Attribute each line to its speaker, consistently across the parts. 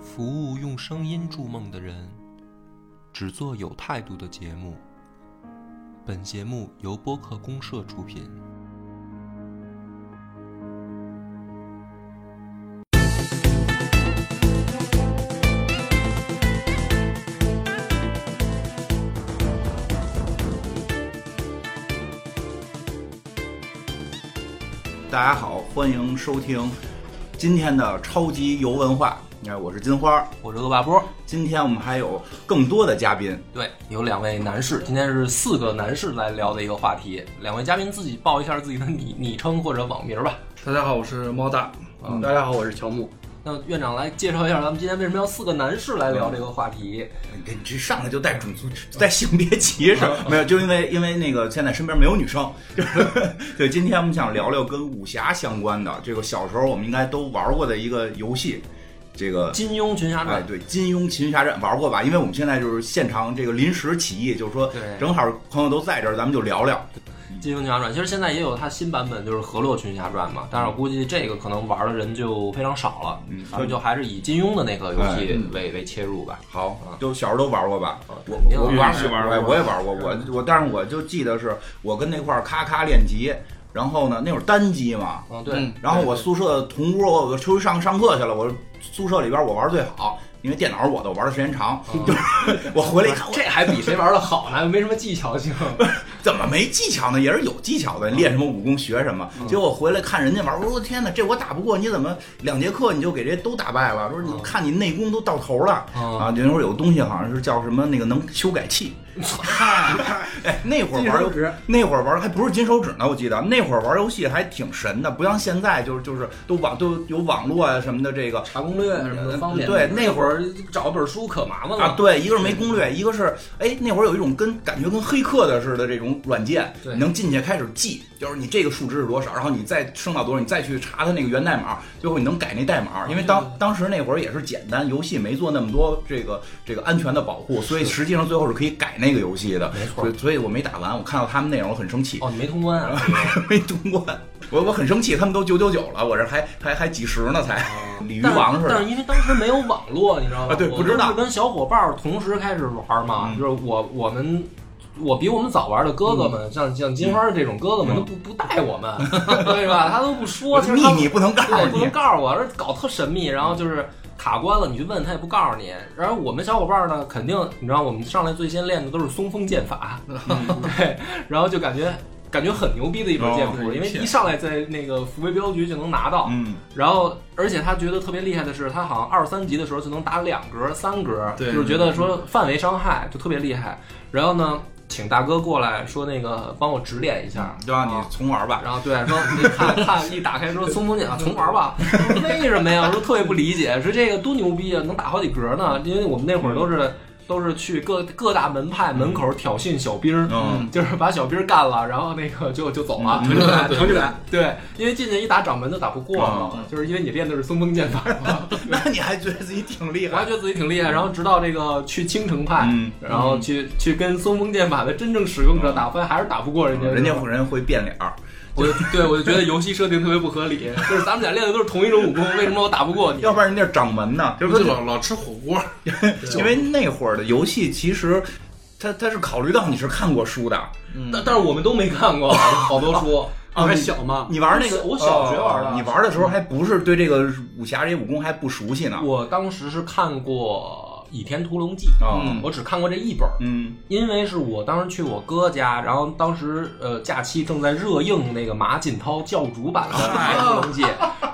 Speaker 1: 服务用声音筑梦的人，只做有态度的节目。本节目由播客公社出品。
Speaker 2: 大家好，欢迎收听今天的超级游文化。你看，我是金花。
Speaker 1: 我是恶霸波，
Speaker 2: 今天我们还有更多的嘉宾，
Speaker 1: 对，有两位男士，今天是四个男士来聊的一个话题。两位嘉宾自己报一下自己的 昵昵称或者网名吧。
Speaker 3: 大家好，我是猫大。啊
Speaker 1: 嗯
Speaker 3: 大家好，我是乔木。
Speaker 1: 那院长来介绍一下，咱们今天为什么要四个男士来聊这个话题？
Speaker 2: 哎你你这上来就带种族、 带性别歧 视，没有？就因为因为那个现在身边没有女生， 对，今天我们想聊聊跟武侠相关的，这个小时候我们应该都玩过的一个游戏，这个
Speaker 1: 金庸群侠
Speaker 2: 哎，
Speaker 1: 传，
Speaker 2: 对，金庸群侠传玩过吧？因为我们现在就是现场这个临时起意，就是说
Speaker 1: 对
Speaker 2: 正好朋友都在这儿，咱们就聊聊。
Speaker 1: 金庸群侠传，其实现在也有它新版本，就是河洛群侠传嘛。但是我估计这个可能玩的人就非常少了，
Speaker 2: 嗯
Speaker 1: 咱们就还是以金庸的那个游戏为、为切入吧。
Speaker 2: 好
Speaker 1: 嗯，
Speaker 2: 就小时候都玩过吧？
Speaker 1: 啊
Speaker 2: 我
Speaker 1: 肯定
Speaker 2: 我
Speaker 1: 啊
Speaker 2: 玩
Speaker 3: 是玩
Speaker 2: 哎，
Speaker 3: 过
Speaker 2: 我也玩过，我我，但是我就记得是我跟那块儿咔咔练级，然后呢，那会儿单机嘛，
Speaker 1: 嗯，对，
Speaker 3: 嗯
Speaker 2: 然后我宿舍同屋，我我出去上上课去了，我宿舍里边我玩最好，因为电脑是我的，我玩的时间长，我回来一看，我
Speaker 1: 这还比谁玩的好呢？没什么技巧性。
Speaker 2: 怎么没技巧呢？也是有技巧的，练什么武功学什么。结果回来看人家玩，我说天哪，这我打不过，你怎么两节课你就给这都打败了？说你
Speaker 1: 嗯
Speaker 2: 看你内功都到头了。
Speaker 1: 嗯
Speaker 2: 啊，那会儿有东西好像是叫什么那个能修改器，哎，那会儿玩游
Speaker 3: 指，
Speaker 2: 那会儿玩还不是金手指呢，我记得那会儿玩游戏还挺神的，不像现在就是就是都网都有网络啊什么的这个
Speaker 1: 查攻略什么的方便。
Speaker 2: 对那会
Speaker 1: 儿找本书可麻烦了
Speaker 2: 啊，对，一个是没攻略，一个是哎，那会儿有一种跟感觉跟黑客的似的这种软件，
Speaker 1: 对
Speaker 2: 你能进去开始记，就是你这个数值是多少，然后你再升到多少，你再去查它那个源代码，最后你能改那代
Speaker 1: 哦
Speaker 2: 码，因为当当时那会儿也是简单，游戏没做那么多这个这个安全的保护，所以实际上最后是可以改那个游戏的，
Speaker 1: 没错
Speaker 2: 所以所以我没打完，我看到他们内容我很生气，
Speaker 1: 哦，你没通关啊？
Speaker 2: 没通关，我我很生气，他们都九九九了，我这还还还几十呢才，鲤鱼
Speaker 1: 但
Speaker 2: 王似
Speaker 1: 哦但
Speaker 2: 的，
Speaker 1: 是因为当时没有网络，你知道
Speaker 2: 啊
Speaker 1: 吧？
Speaker 2: 对
Speaker 1: 我
Speaker 2: 不知道
Speaker 1: 都是跟小伙伴儿同时开始玩嘛，
Speaker 2: 嗯
Speaker 1: 就是我我们。我比我们早玩的哥哥们，像像金花这种哥哥们
Speaker 2: 嗯
Speaker 1: 都不不带我们， 对吧？他都不说，其实
Speaker 2: 秘
Speaker 1: 他
Speaker 2: 密不能告诉
Speaker 1: 对，不
Speaker 2: 你
Speaker 1: 能。告诉我，而搞特神秘，然后就是卡关了，你去问他也不告诉你。然后我们小伙伴呢，肯定你知道，我们上来最先练的都是松风剑法，
Speaker 2: 嗯
Speaker 1: 对，然后就感觉感觉很牛逼的一本剑
Speaker 3: 哦
Speaker 1: 谱，因为一上来在那个福威镖局就能拿到。
Speaker 2: 嗯，
Speaker 1: 然后，而且他觉得特别厉害的是，他好像二三级的时候就能打两格、三格，
Speaker 3: 对
Speaker 1: 就是觉得说范围伤害就特别厉害。然后呢，请大哥过来说那个帮我指点一下，
Speaker 2: 就让
Speaker 1: 啊
Speaker 2: 你重玩吧。
Speaker 1: 然后对说，你看看一打开说松风剑法重玩吧，我说为什么呀？我说特别不理解，说这个多牛逼啊，能打好几格呢？因为我们那会儿都是都是去各各大门派门口挑衅小兵儿，
Speaker 2: 嗯
Speaker 1: 就是把小兵儿干了，然后那个就啊就走了。
Speaker 3: 成就感，成就感。
Speaker 1: 嗯 对，因为进去一打掌门都打不过嘛，
Speaker 2: 嗯
Speaker 1: 就是因为你练的是松风剑法，
Speaker 2: 那你还觉得自己挺厉
Speaker 1: 我
Speaker 2: 害？
Speaker 1: 还觉得自己挺厉害。然后直到这个去青城派，
Speaker 2: 嗯
Speaker 1: 然后去去跟松风剑法的真正使用者打，发现还是打不 过人家，
Speaker 2: 人家人会变脸儿，
Speaker 1: 我就对我就觉得游戏设定特别不合 理，就是咱们俩练的都是同一种武功，为什么我打不过你？
Speaker 2: 要不然人家掌门呢，
Speaker 3: 就是老老吃火锅，
Speaker 2: 因为那会儿的游戏其实。他他是考虑到你是看过书的，
Speaker 1: 但但是我们都没看过好多书，嗯
Speaker 2: 啊你
Speaker 3: 小嘛，
Speaker 2: 你玩那个
Speaker 1: 我小学玩的
Speaker 2: 哦你玩的时候还不是对这个武侠这些武功还不熟悉呢。
Speaker 1: 我当时是看过《倚天屠龙记》，
Speaker 2: 哦
Speaker 1: 嗯我只看过这一本儿，
Speaker 2: 嗯
Speaker 1: 因为是我当时去我哥家，然后当时呃假期正在热映那个马景涛教主 版的《
Speaker 2: 哎
Speaker 1: 倚天屠龙记》，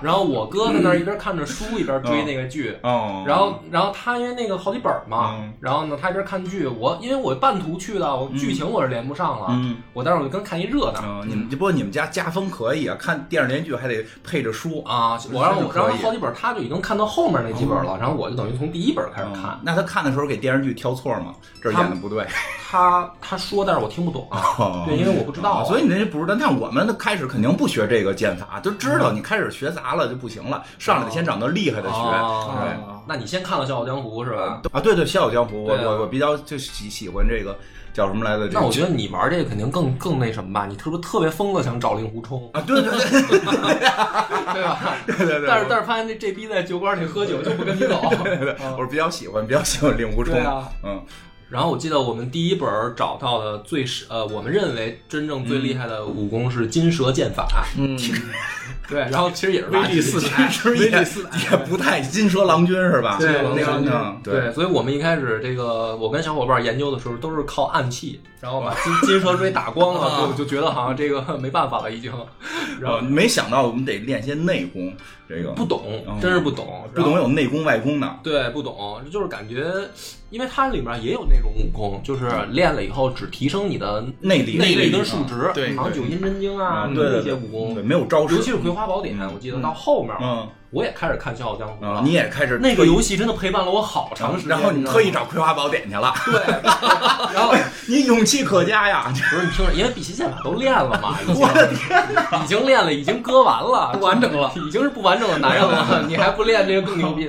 Speaker 1: 然后我哥在那儿一边看着书一边追那个剧，
Speaker 2: 哦，
Speaker 1: 然后，然后他因为那个好几本儿嘛，
Speaker 2: 嗯
Speaker 1: 然后呢，他一边看剧，我因为我半途去的，我剧情我是连不上了，
Speaker 2: 嗯
Speaker 1: 我当时我就跟看一热闹、
Speaker 2: 嗯，你们不过你们家家风可以啊，看电视连续剧还得配着书
Speaker 1: 啊，我让我
Speaker 2: 这是
Speaker 1: 然
Speaker 2: 可以
Speaker 1: 后好几本儿他就已经看到后面那几本儿了，然后我就等于从第一本儿开始看，
Speaker 2: 嗯那他看的时候给电视剧挑错吗？这儿演的不对，
Speaker 1: 他他说，但是我听不懂，
Speaker 2: 哦
Speaker 1: 对，因为我不知道啊、
Speaker 2: 啊所以你这不是的。那我们的开始肯定不学这个剑法，就知道你开始学杂了就不行了，上来得先找那厉害的学。
Speaker 1: 哦
Speaker 2: 对
Speaker 1: 那你先看了《笑傲江湖》是吧？
Speaker 2: 啊，对对，《笑傲江湖》，我
Speaker 1: 对啊
Speaker 2: 我我比较就喜喜欢这个叫什么来的？这
Speaker 1: 那
Speaker 2: 个
Speaker 1: 我觉得你玩这个肯定更更那什么吧，你特别特别疯的想找令狐冲，
Speaker 2: 啊，对对对
Speaker 1: 对 吧？
Speaker 2: 对啊对对，
Speaker 1: 但是但是发现这这逼在酒馆里喝酒就不跟你走。
Speaker 2: 对啊对，我是比较喜欢，比较喜欢令狐冲
Speaker 1: 对。啊，
Speaker 2: 嗯，
Speaker 1: 然后我记得我们第一本找到的最是呃，我们认为真正最厉害的武功是金蛇剑法。
Speaker 3: 嗯，
Speaker 1: 对，然后其实也是
Speaker 3: 威力四
Speaker 2: 其
Speaker 3: 百，
Speaker 2: 实
Speaker 3: 威
Speaker 2: 也
Speaker 3: 力四百，
Speaker 2: 也不太金蛇郎君是吧？
Speaker 3: 对
Speaker 2: 那个
Speaker 3: 郎君
Speaker 2: 嗯对。
Speaker 1: 对，所以我们一开始这个，我跟小伙伴研究的时候都是靠暗器，然后把金金蛇锥打光了，就就觉得好像这个没办法了已经，然
Speaker 2: 然后
Speaker 1: 后
Speaker 2: 哦没想到我们得练些内功，这个
Speaker 1: 不懂，真是不懂，
Speaker 2: 不懂有内功外功的。
Speaker 1: 对，不懂，就是感觉，因为它里面也有那种武功，就是练了以后只提升你的
Speaker 2: 内力
Speaker 1: 内力
Speaker 2: 力
Speaker 1: 跟数值，
Speaker 3: 对
Speaker 1: 好像九阴真经啊，
Speaker 2: 嗯对对
Speaker 1: 那些武
Speaker 2: 对，
Speaker 1: 功，
Speaker 2: 没有招式
Speaker 1: 尤。其是《葵花宝典》，我记得到后面，
Speaker 2: 嗯
Speaker 1: 我也开始看《笑傲江湖》
Speaker 2: 啊，
Speaker 1: 了。
Speaker 2: 你也开始
Speaker 1: 那个游戏真的陪伴了我好长时间，
Speaker 2: 然后你
Speaker 1: 知道
Speaker 2: 特意
Speaker 1: 吗
Speaker 2: 找《葵花宝典》去了，
Speaker 1: 对，然后
Speaker 2: 你勇气可嘉呀！
Speaker 1: 不是你听着，因为碧玺剑法都练了 嘛，已经已经练了，已经割完了，
Speaker 3: 不完整了，
Speaker 1: 已经是不完整的男人 了，你还不练这个更牛逼。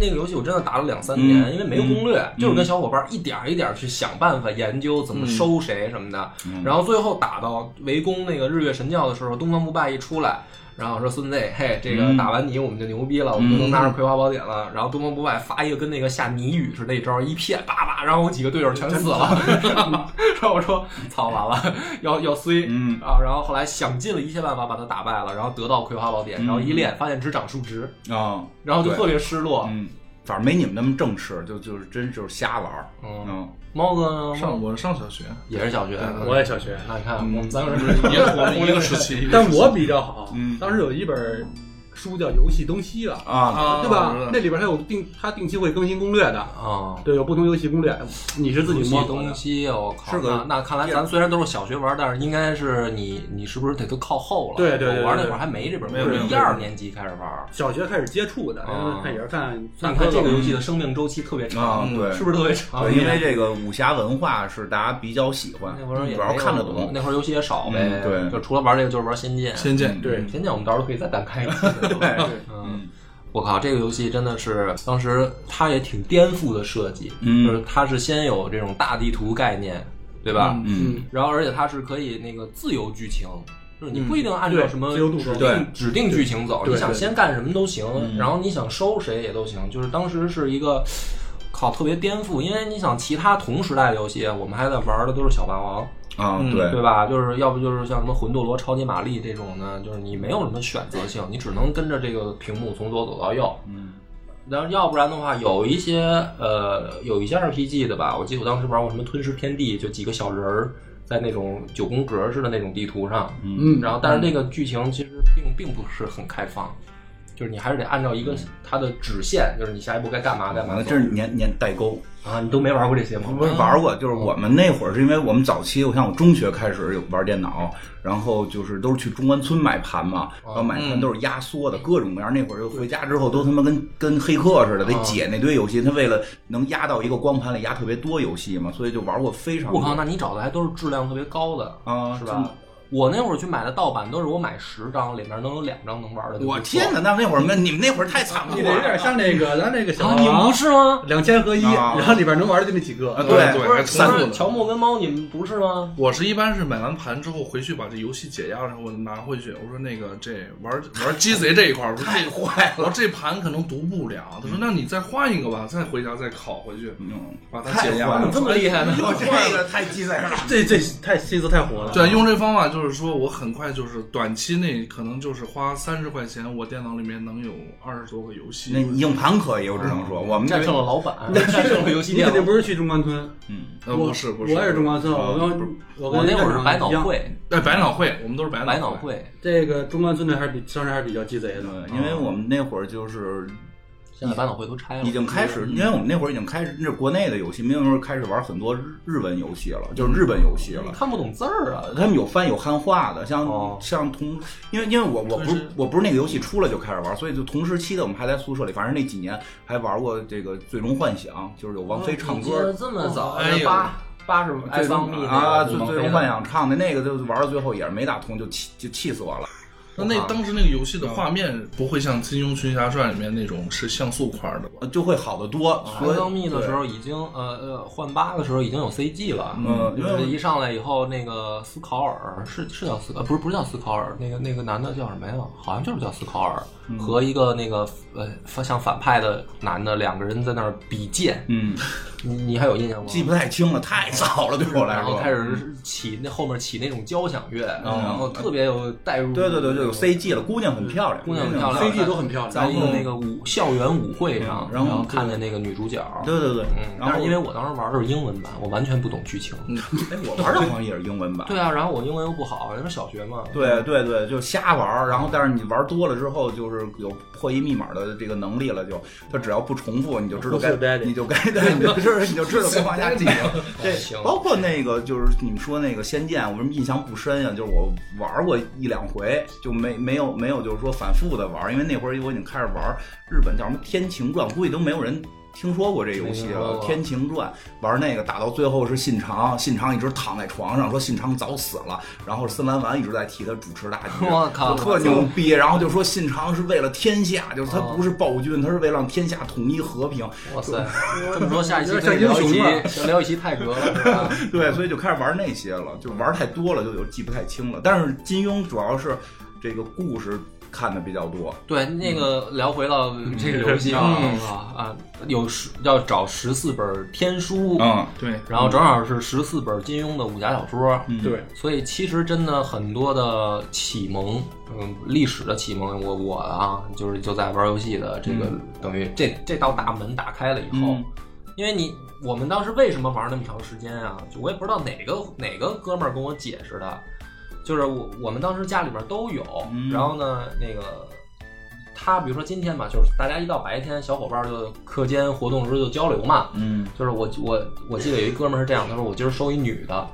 Speaker 1: 那个游戏我真的打了两三年，
Speaker 2: 嗯
Speaker 1: 因为没攻略，就是跟小伙伴一点儿一点儿去想办法研究怎么收谁什么的，然后最后打到围攻那个日月神教的时候，东方不败一出来。然后说孙子，嘿，这个
Speaker 2: 嗯
Speaker 1: 打完你我们就牛逼了，我们就能拿着葵花宝典了。然后东方不败发一个跟那个下泥雨似的一招，一片叭叭，然后我几个队友全死了。 然后我说，操，完了，要要衰，
Speaker 2: 嗯
Speaker 1: 啊，然后后来想尽了一切办法把他打败了，然后得到葵花宝典，
Speaker 2: 嗯
Speaker 1: 然后一练发现只长数值，
Speaker 2: 啊，
Speaker 1: 然后就特别失落。
Speaker 2: 嗯，反正没你们那么正式，就就是真就是瞎玩儿。
Speaker 1: 嗯，
Speaker 2: 嗯，
Speaker 1: 猫哥呢？
Speaker 3: 上我上小学，
Speaker 1: 也是小学，
Speaker 4: 我也小学，
Speaker 1: 那你看
Speaker 2: 嗯
Speaker 1: 我们三个人是 一个 活
Speaker 3: 同一个时期，
Speaker 4: 但我比较好
Speaker 2: 嗯。
Speaker 4: 当时有一本书叫《游戏东西》了，
Speaker 2: 啊，
Speaker 3: 啊，
Speaker 4: 对吧？那里边它有定，它定期会更新攻略的，
Speaker 1: 啊。
Speaker 4: 对，有不同游戏攻略，你是自己
Speaker 1: 摸
Speaker 4: 摸索的
Speaker 1: 东。西，我靠！
Speaker 2: 是个
Speaker 1: 那那看来咱虽然都是小学玩，但是应该是你你是不是得都靠后了？
Speaker 4: 对对对对
Speaker 1: 我玩那会儿还没这本，
Speaker 3: 没有没有
Speaker 1: 一二年级开始玩。
Speaker 4: 小学开始接触的，
Speaker 1: 啊
Speaker 4: 看也是看。
Speaker 1: 那你看这个游戏的生命周期特别
Speaker 2: 啊
Speaker 1: 长，
Speaker 2: 对
Speaker 1: 是不是特别长？
Speaker 2: 啊对因为这个武侠文化是大家比较喜欢，
Speaker 1: 那会儿
Speaker 2: 嗯
Speaker 1: 也
Speaker 2: 主要
Speaker 1: 没有
Speaker 2: 看得懂。
Speaker 1: 那会儿游戏也少呗。
Speaker 2: 嗯对
Speaker 1: 就除了玩这个就是玩仙剑。
Speaker 3: 仙剑，
Speaker 4: 对
Speaker 1: 仙剑我们到时候可以再单开一期。
Speaker 2: 对，
Speaker 1: 嗯，我靠，这个游戏真的是当时它也挺颠覆的设计，
Speaker 2: 嗯
Speaker 1: 就是它是先有这种大地图概念，对吧？
Speaker 3: 啊
Speaker 2: 嗯，
Speaker 1: 然后而且它是可以那个自由剧情，就是你不一定按照
Speaker 4: 对
Speaker 1: 什么
Speaker 4: 自由度
Speaker 1: 指
Speaker 4: 高
Speaker 2: 对
Speaker 1: 定指定剧情走，
Speaker 4: 对
Speaker 1: 你想
Speaker 4: 对
Speaker 1: 先干什么都行，然后你想收谁也都行，就是当时是一个。靠，特别颠覆，因为你想，其他同时代的游戏，我们还在玩的都是小霸王，
Speaker 2: 啊，
Speaker 3: 嗯
Speaker 2: 对，
Speaker 1: 对吧？就是要不就是像什么魂斗罗、超级玛丽这种呢，就是你没有什么选择性，你只能跟着这个屏幕从左走到右。
Speaker 2: 嗯，
Speaker 1: 然后要不然的话，有一些呃，有一些 RPG 的吧，我记得我当时玩过什么《吞噬天地》，就几个小人儿在那种九宫格似的那种地图上，
Speaker 4: 嗯，
Speaker 1: 然后但是这个剧情其实并并不是很开放。就是你还是得按照一个它的指线，就是你下一步该干嘛干
Speaker 2: 完
Speaker 1: 嘛
Speaker 2: 了，嗯
Speaker 1: 走。
Speaker 2: 这是年年代沟。
Speaker 1: 啊，你都没玩过这些吗？
Speaker 2: 不是玩过，就是我们那会儿是因为我们早期，我像我中学开始有玩电脑，然后就是都是去中关村买盘嘛，然后买盘都是压缩的，各种各样。那会儿就回家之后都他妈跟跟黑客似的，得解那堆游戏。他为了能压到一个光盘里压特别多游戏嘛，所以就玩过非常
Speaker 1: 啊我靠，
Speaker 2: 多
Speaker 1: 那你找的还都是质量特别高的。
Speaker 2: 啊，
Speaker 1: 是
Speaker 2: 真
Speaker 1: 吧
Speaker 2: 的？？
Speaker 1: 我那会儿去买的盗版都是我买十张，里面能有两张能玩的。
Speaker 2: 我天！哪，那那会儿那你们那会儿太惨了，
Speaker 4: 你得有点像那个咱那个小
Speaker 1: 啊，你们不是吗？
Speaker 4: 两千合一，
Speaker 2: 啊
Speaker 4: 然后里边能玩的就那几
Speaker 2: 啊
Speaker 4: 个。
Speaker 2: 对
Speaker 3: 对
Speaker 1: 不是，
Speaker 3: 三
Speaker 1: 不
Speaker 3: 路
Speaker 1: 是
Speaker 3: 的
Speaker 1: 乔木跟猫，你们不是吗？
Speaker 3: 我是一般是买完盘之后回去把这游戏解压，然后我拿回去，我说那个这玩玩鸡贼这一块儿，我说
Speaker 2: 太
Speaker 3: 这
Speaker 2: 坏
Speaker 3: 我
Speaker 2: 了。
Speaker 3: 说这盘可能读不了，他说那你再换一个吧，再回家再拷回去，
Speaker 2: 嗯，
Speaker 3: 把它解
Speaker 2: 太坏
Speaker 3: 压
Speaker 2: 了。
Speaker 1: 这么厉害呢？
Speaker 2: 哟，这个太鸡贼了。
Speaker 4: 这这太心思太活了。
Speaker 3: 对，用这方法就是说，我很快就是短期内可能就是花三十块钱，我电脑里面能有二十多个游
Speaker 2: 那
Speaker 3: 戏。
Speaker 2: 硬盘可以，我只能说我们那
Speaker 1: 战胜了老板，战胜了游戏
Speaker 4: 你
Speaker 1: 店
Speaker 4: 肯。定不是去中关村，
Speaker 2: 嗯
Speaker 3: 呃，不是不是，
Speaker 4: 我也是中关村，
Speaker 2: 啊
Speaker 4: 我跟我
Speaker 1: 我
Speaker 4: 跟
Speaker 1: 那会儿是
Speaker 4: 一
Speaker 1: 百脑
Speaker 4: 样。
Speaker 1: 汇，
Speaker 3: 哎，百脑汇，我们都是百
Speaker 1: 百
Speaker 3: 脑
Speaker 1: 脑。汇。
Speaker 4: 这个中关村的还是比商人还是比较鸡贼的。
Speaker 2: 对，因为我们那会儿就是
Speaker 1: 现在百脑汇都拆了，
Speaker 2: 已经开始，
Speaker 1: 嗯
Speaker 2: 因为我们那会儿已经开始，那是国内的游戏，没有那会儿开始玩很多日日文游戏了，就是日本游戏
Speaker 1: 你
Speaker 2: 了。
Speaker 1: 看不懂字儿啊。
Speaker 2: 他们有翻有汉化的，像、
Speaker 1: 哦
Speaker 2: 像同，因为因为我我不
Speaker 3: 同
Speaker 2: 是
Speaker 3: 时
Speaker 2: 我不是那个游戏出了就开始玩，所以就同时期的我们还在宿舍里，反正那几年还玩过这个《最终幻想》，就是有王菲唱
Speaker 1: 你记得
Speaker 2: 歌，
Speaker 1: 这么早，
Speaker 3: 哎呦
Speaker 1: 八八十爱
Speaker 2: 最
Speaker 1: 桑
Speaker 2: 终
Speaker 1: 蜜
Speaker 2: 啊，
Speaker 1: 最
Speaker 2: 最最终幻想唱的那个，就是玩到最后也是没打通，就气就气死我了。
Speaker 3: 那那当时那个游戏的画面不会像《金庸群侠传》里面那种是像素块的吧？
Speaker 2: 呃就会好得多。所
Speaker 1: 寒
Speaker 2: 以
Speaker 1: 灯密的时候已经呃呃换八的时候已经有 CG 了，
Speaker 2: 嗯
Speaker 1: 就
Speaker 2: 因
Speaker 1: 是
Speaker 2: 为
Speaker 1: 一上来以后那个斯考尔是是叫斯呃不是不是叫斯考尔，那个那个男的叫什么呀？好像就是叫斯考尔、
Speaker 2: 嗯
Speaker 1: 和一个那个呃像反派的男的两个人在那儿比剑，
Speaker 2: 嗯，
Speaker 1: 你你还有印象吗？
Speaker 2: 记不太清了，太早了对我来
Speaker 1: 然
Speaker 2: 说。
Speaker 1: 后开始起那后面起那种交响乐，然后特别有代入。
Speaker 2: 对对对，就有 CG 了，姑娘很漂亮，
Speaker 1: 嗯姑娘很漂亮
Speaker 4: CG 都很漂亮
Speaker 1: 在一个那个舞校园舞会上，
Speaker 2: 嗯然后
Speaker 1: 看见那个女主角，
Speaker 2: 对对对，
Speaker 1: 嗯，
Speaker 2: 然
Speaker 1: 但
Speaker 2: 后
Speaker 1: 是因为我当时玩的是英文版，我完全不懂剧情。
Speaker 2: 哎，我玩的好像也是英文版。
Speaker 1: 对啊，然后我英文又不好，因为小学嘛。
Speaker 2: 对对对，就瞎玩儿，然后但是你玩多了之后，就是有破译密码的这个能力了，就它只要不重复，你就知道
Speaker 4: 不是
Speaker 2: 该，
Speaker 4: daddy
Speaker 2: 你就该，对，你就知道你就知道该往下进 行。
Speaker 1: 对，哦行。
Speaker 2: 包括那个就是你们说那个《仙剑》，我为什么印象不深呀、就是我玩过一两回，就没没有没有就是说反复的玩，因为那会儿我已经开始玩日本叫什么《天晴传》，估计都没有人。听说过这游戏
Speaker 1: 没听
Speaker 2: 了，
Speaker 1: 说
Speaker 2: 《
Speaker 1: 过
Speaker 2: 天晴传》玩那个打到最后是信长，信长一直躺在床上，说信长早死了，然后森兰丸一直在替他主持大局，
Speaker 1: 我靠
Speaker 2: 特牛逼。然后就说信长是为了天下，就是他
Speaker 1: 哦
Speaker 2: 不是暴君，他是为了让天下统一和平，
Speaker 1: 哇塞，这么说下一期
Speaker 4: 有
Speaker 1: 可
Speaker 4: 点
Speaker 1: 以聊
Speaker 4: 像
Speaker 1: 一
Speaker 4: 英雄
Speaker 1: 期，先聊一期泰格了，是吧？
Speaker 2: 对，所以就开始玩那些了，就玩太多了，就有记不太清了。但是金庸主要是这个故事看的比较多，
Speaker 1: 对，那个聊回到这个游戏啊
Speaker 3: 嗯
Speaker 1: 啊，有十要找十四本天书，
Speaker 2: 嗯，
Speaker 3: 对，
Speaker 1: 然后正好是十四本金庸的武侠小说，
Speaker 2: 嗯
Speaker 4: 对，。
Speaker 1: 所以其实真的很多的启蒙，嗯，历史的启蒙，我我啊，就是就在玩游戏的这个、等于这这道大门打开了以后，
Speaker 2: 嗯
Speaker 1: 因为你我们当时为什么玩那么长时间啊？就我也不知道哪个哪个哥们儿跟我解释的，就是我我们当时家里边都有，
Speaker 2: 嗯
Speaker 1: 然后呢那个。他比如说今天吧，就是大家一到白天，小伙伴就课间活动的时候就交流嘛，
Speaker 2: 嗯，
Speaker 1: 就是我我我记得有一哥们儿是这样，他说我今儿收一女的。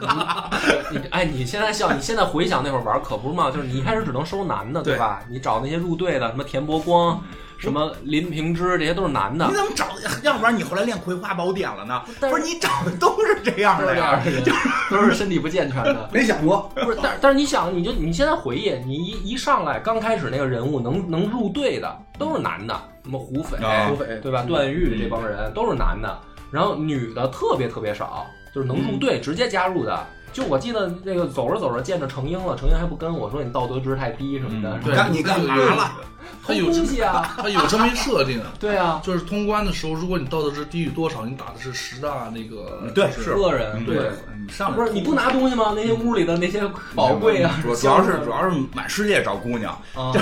Speaker 1: 你哎，你现在笑，你现在回想那会儿玩儿可不是嘛，就是你一开始只能收男的，对
Speaker 3: 对
Speaker 1: 吧？你找那些入队的，什么田伯光、什么林平之，这些都是男的
Speaker 2: 你。怎么找？要不然你后来练《葵花宝典》了呢？
Speaker 1: 但
Speaker 2: 不
Speaker 1: 是
Speaker 2: 是你找的都是这样的呀？
Speaker 1: 的人，都是身体不健全的
Speaker 4: 没想过，
Speaker 1: 不是，但但是你想，你就你现在回忆，你一一上来刚开始那个人物能能入队的都是男的，什么胡斐、
Speaker 2: 啊
Speaker 4: 土匪
Speaker 1: 对吧？段誉这帮人都是男的，然后女的特别特别少，就是能入队直接加入的。就我记得那个走着走着见着程英了，程英还不跟我说你道德值太低
Speaker 4: 嗯
Speaker 1: 什么的，
Speaker 2: 你
Speaker 3: 对
Speaker 2: 干你干嘛了？
Speaker 3: 他
Speaker 1: 偷
Speaker 3: 有这
Speaker 1: 东
Speaker 3: 么
Speaker 1: 西啊，，
Speaker 3: 它有这么一设定啊
Speaker 1: 对啊，
Speaker 3: 就是通关的时候，如果你道德值低于多少，你打的是十大那个
Speaker 2: 对
Speaker 3: 就是
Speaker 1: 个人
Speaker 2: 嗯
Speaker 1: 啊
Speaker 2: 对，你上来
Speaker 1: 嗯不是你不拿东西吗？那些屋里的那些宝贵啊，
Speaker 2: 主主要是主要是满世界找姑娘，
Speaker 1: 啊，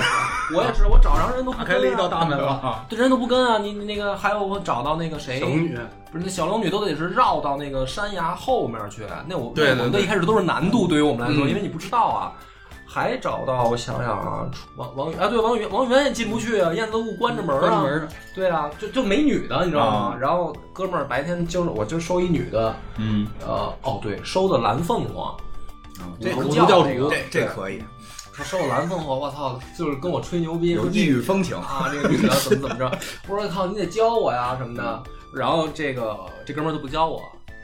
Speaker 1: 我也是，我找着人都不
Speaker 4: 打
Speaker 1: 跟啊
Speaker 4: 开了一道大门了。
Speaker 1: 对人都不跟啊，你你那个还有我找到那个谁，
Speaker 4: 小龙女，
Speaker 1: 不是那小龙女都得是绕到那个山崖后面去，啊那我
Speaker 3: 对对
Speaker 1: 那我们的
Speaker 3: 对
Speaker 1: 一开始都是难度，对于我们来说，
Speaker 3: 嗯
Speaker 1: 因为你不知道啊。还找到我想想啊，王王啊对王源王源也进不去啊，燕子坞关着门
Speaker 4: 关
Speaker 1: 啊，
Speaker 4: 门儿
Speaker 1: 对啊，就就没女的，你知道吗？
Speaker 2: 啊
Speaker 1: 然后哥们儿白天就是我就收一女的，
Speaker 2: 嗯，
Speaker 1: 呃哦对，收的蓝凤凰，
Speaker 2: 这可
Speaker 1: 我们
Speaker 2: 以
Speaker 1: 教
Speaker 4: 教
Speaker 1: 主
Speaker 2: 这这可以，
Speaker 1: 他收了蓝凤凰，我操，就是跟我吹牛逼，
Speaker 2: 有
Speaker 1: 说
Speaker 2: 异域风情，
Speaker 1: 啊，这个女的怎么怎么着？我说靠，你得教我呀什么的。
Speaker 2: 嗯
Speaker 1: 然后这个这哥们儿都不教我，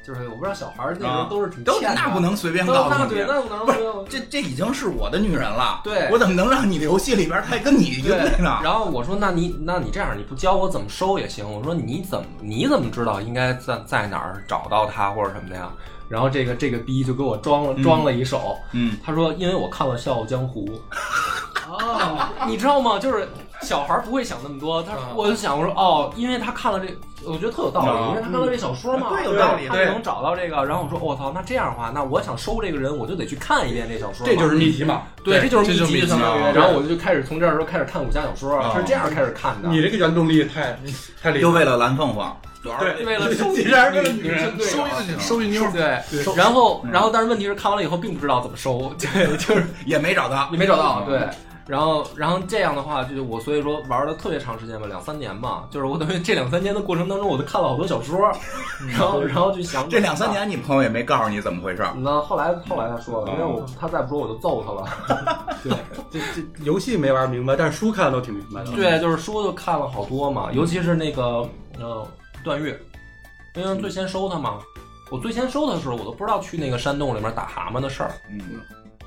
Speaker 1: 就是我不知道小孩儿那时候都是挺
Speaker 2: 啊都
Speaker 1: 欠的
Speaker 2: 那不能随便
Speaker 1: 都
Speaker 2: 告
Speaker 1: 那
Speaker 2: 诉
Speaker 1: 对，
Speaker 2: 你。
Speaker 1: 那不能说。
Speaker 2: 这这已经是我的女人了，
Speaker 1: 对
Speaker 2: 我怎么能让你的游戏里边还跟你一
Speaker 1: 对
Speaker 2: 个队，呢？
Speaker 1: 然后我说，那你那你这样，你不教我怎么收也行。我说你怎么你怎么知道应该在在哪儿找到他或者什么的呀？然后这个这个逼就给我装了装了一手，
Speaker 2: 嗯，
Speaker 1: 他说因为我看了《笑傲江湖》，
Speaker 4: 啊，
Speaker 1: 你知道吗？就是小孩儿不会想那么多，他
Speaker 4: 嗯
Speaker 1: 我就想我说哦，因为他看了这，我觉得特有道理，
Speaker 2: 嗯
Speaker 1: 因为他看了这小说嘛，
Speaker 2: 对有道理
Speaker 1: 他
Speaker 2: 对
Speaker 1: 就能找到这个。然后我说哦我操，那这样的话，那我想收这个人，我就得去看一遍这小说嘛，
Speaker 4: 这就是谜题嘛。
Speaker 1: 对，
Speaker 3: 对
Speaker 1: 就是
Speaker 3: 这就
Speaker 1: 秘
Speaker 3: 是
Speaker 1: 籍
Speaker 3: 秘籍
Speaker 1: 相当于。
Speaker 2: 啊
Speaker 1: 然后我就开始从这儿时候开始看武侠小说，
Speaker 2: 啊
Speaker 1: 是这样开始看的。
Speaker 4: 你这个原动力太太厉
Speaker 2: 又
Speaker 4: 害，
Speaker 2: 为了蓝凤凰，主要是
Speaker 4: 对，
Speaker 1: 为了收
Speaker 4: 竟然为了女
Speaker 1: 生
Speaker 4: 人，
Speaker 1: 对
Speaker 3: 收一收一妞儿，
Speaker 1: 对，然后然后但是问题是看完了以后并不知道怎么收，对，就是
Speaker 2: 也没找到
Speaker 1: 你。没找
Speaker 2: 嗯
Speaker 1: 到，对。然后，然后这样的话，就是我，所以说玩了特别长时间吧，两三年吧。就是我等于这两三年的过程当中，我都看了好多小说， 然后，然后就
Speaker 2: 嗯
Speaker 1: 想
Speaker 2: 这两三，年你朋友也没告诉你怎么回事儿，
Speaker 1: 那后来后来他说了，因为
Speaker 2: 嗯
Speaker 1: 我他再不说我就揍他了。
Speaker 4: 这这游戏没玩明白，但是书看的都挺明白的。
Speaker 2: 嗯
Speaker 1: 对，就是书就看了好多嘛，尤其是那个呃段誉，因为最先收他嘛。我最先收他的时候，我都不知道去那个山洞里面打蛤蟆的事儿，
Speaker 2: 嗯，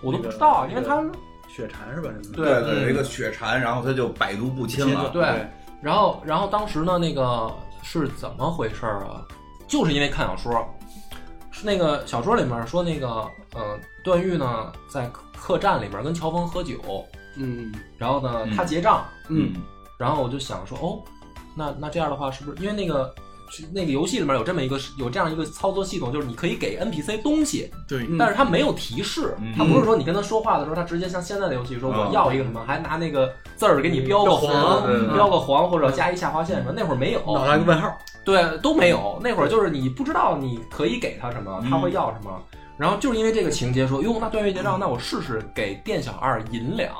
Speaker 1: 我都不知道，因为他
Speaker 4: 血蝉是吧？嗯什么的
Speaker 1: 对嗯
Speaker 2: 对，有一个血蝉，然后他就百毒不侵了。
Speaker 1: 对，然后然后当时呢，那个是怎么回事儿啊？就是因为看小说，是那个小说里面说那个呃，段誉呢在客客栈里面跟乔峰喝酒，
Speaker 4: 嗯
Speaker 1: 然后呢
Speaker 2: 嗯
Speaker 1: 他结账，
Speaker 4: 嗯，
Speaker 1: 然后我就想说哦，那那这样的话是不是因为那个？是那个游戏里面有这么一个有这样一个操作系统，就是你可以给 NPC 东西，
Speaker 3: 对，
Speaker 4: 嗯
Speaker 1: 但是它没有提示
Speaker 2: 嗯，
Speaker 1: 它不是说你跟他说话的时候，它直接像现在的游戏说
Speaker 2: 嗯
Speaker 1: 我要一个什么，还拿那个字儿给你标个
Speaker 4: 标黄嗯
Speaker 2: 对
Speaker 1: 黄，嗯标个黄或者加一下划线什么，那会儿没有，
Speaker 4: 脑袋一个问号，
Speaker 1: 对，都没有。那会儿就是你不知道你可以给他什么，他会要什么。然后就是因为这个情节说，哟，那段月结账，那我试试给店小二银两。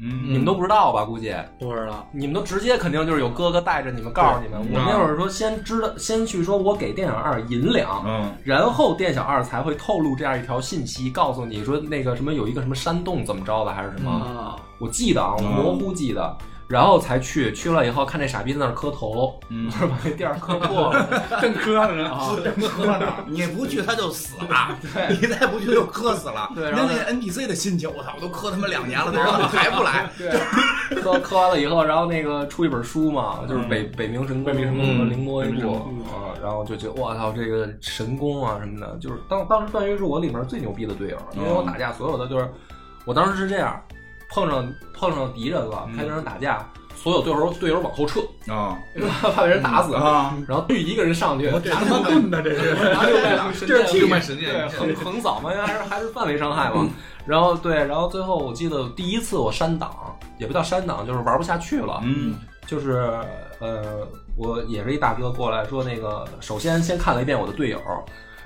Speaker 2: 嗯
Speaker 1: 你们都不知道吧？估计
Speaker 4: 不知道，
Speaker 1: 你们都直接肯定就是有哥哥带着你们，告诉你们。
Speaker 2: 对
Speaker 1: 我那会儿说先知道，先去说我给店小二银两，
Speaker 2: 嗯
Speaker 1: 然后店小二才会透露这样一条信息，告诉你说那个什么有一个什么山洞怎么着的，还是什么？
Speaker 4: 啊，
Speaker 1: 我记得啊，我
Speaker 2: 嗯
Speaker 1: 模糊记得。然后才去，去了以后看这傻逼在那儿磕头，
Speaker 2: 嗯，
Speaker 1: 把那店儿磕破 了。
Speaker 3: 正磕着呢，
Speaker 2: 啊你不去他就死了，你再不去就磕死了。
Speaker 1: 对然
Speaker 2: 那
Speaker 1: 后
Speaker 2: 那 NPC 的心情，我操，我都磕他妈两年 了，他妈的还不来。
Speaker 1: 对，磕磕完了以后，然后那个出一本书嘛，就是北、北冥嗯神功，北冥神功和凌波一步啊，然后就觉得我操，这个神功啊什么的，就是当当时段誉是我里面最牛逼的队友，因为我打架所有的就是，我当时是这样，碰上碰上敌人了，开人打架，所有队友队友往后撤，
Speaker 2: 啊
Speaker 1: 怕被人打死，
Speaker 3: 嗯
Speaker 2: 啊！
Speaker 1: 然后段誉一个人上去，
Speaker 4: 这他妈棍呢，这是
Speaker 1: 拿六脉神剑
Speaker 3: 这是卖嗯神
Speaker 1: 对，
Speaker 3: 剑，
Speaker 1: 横横扫嘛，因为还是还是范围伤害嘛。然后对，然后最后我记得第一次我删档，也不叫删档，就是玩不下去了。
Speaker 2: 嗯
Speaker 1: 就是呃，我也是一大哥过来说，那个首先先看了一遍我的队友，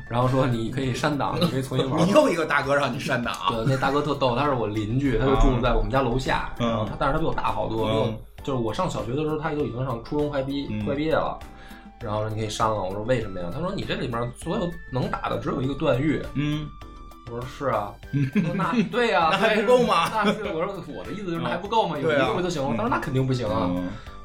Speaker 1: 然后说你可以删档，你可以重新玩
Speaker 2: 你。又一个大哥让你删档啊。
Speaker 1: 对，那大哥特逗，他是我邻居，他就住在我们家楼下，
Speaker 2: 嗯
Speaker 1: 然后他但是他比我大好多，
Speaker 2: 嗯
Speaker 1: 比我就是我上小学的时候，他就已经上初中快毕
Speaker 2: 嗯
Speaker 1: 快毕业了。然后说你可以删了，我说为什么呀？他说你这里面所有能打的只有一个段誉，
Speaker 2: 嗯，
Speaker 1: 我说是 啊，我说那对呀、
Speaker 2: 那还
Speaker 1: 对
Speaker 2: 不
Speaker 1: 啊
Speaker 2: 够吗
Speaker 1: 那是我说我的意思就是那还不够吗？有
Speaker 2: 对
Speaker 1: 一
Speaker 2: 啊
Speaker 1: 个不就行了？他说那肯定不行啊，
Speaker 2: 嗯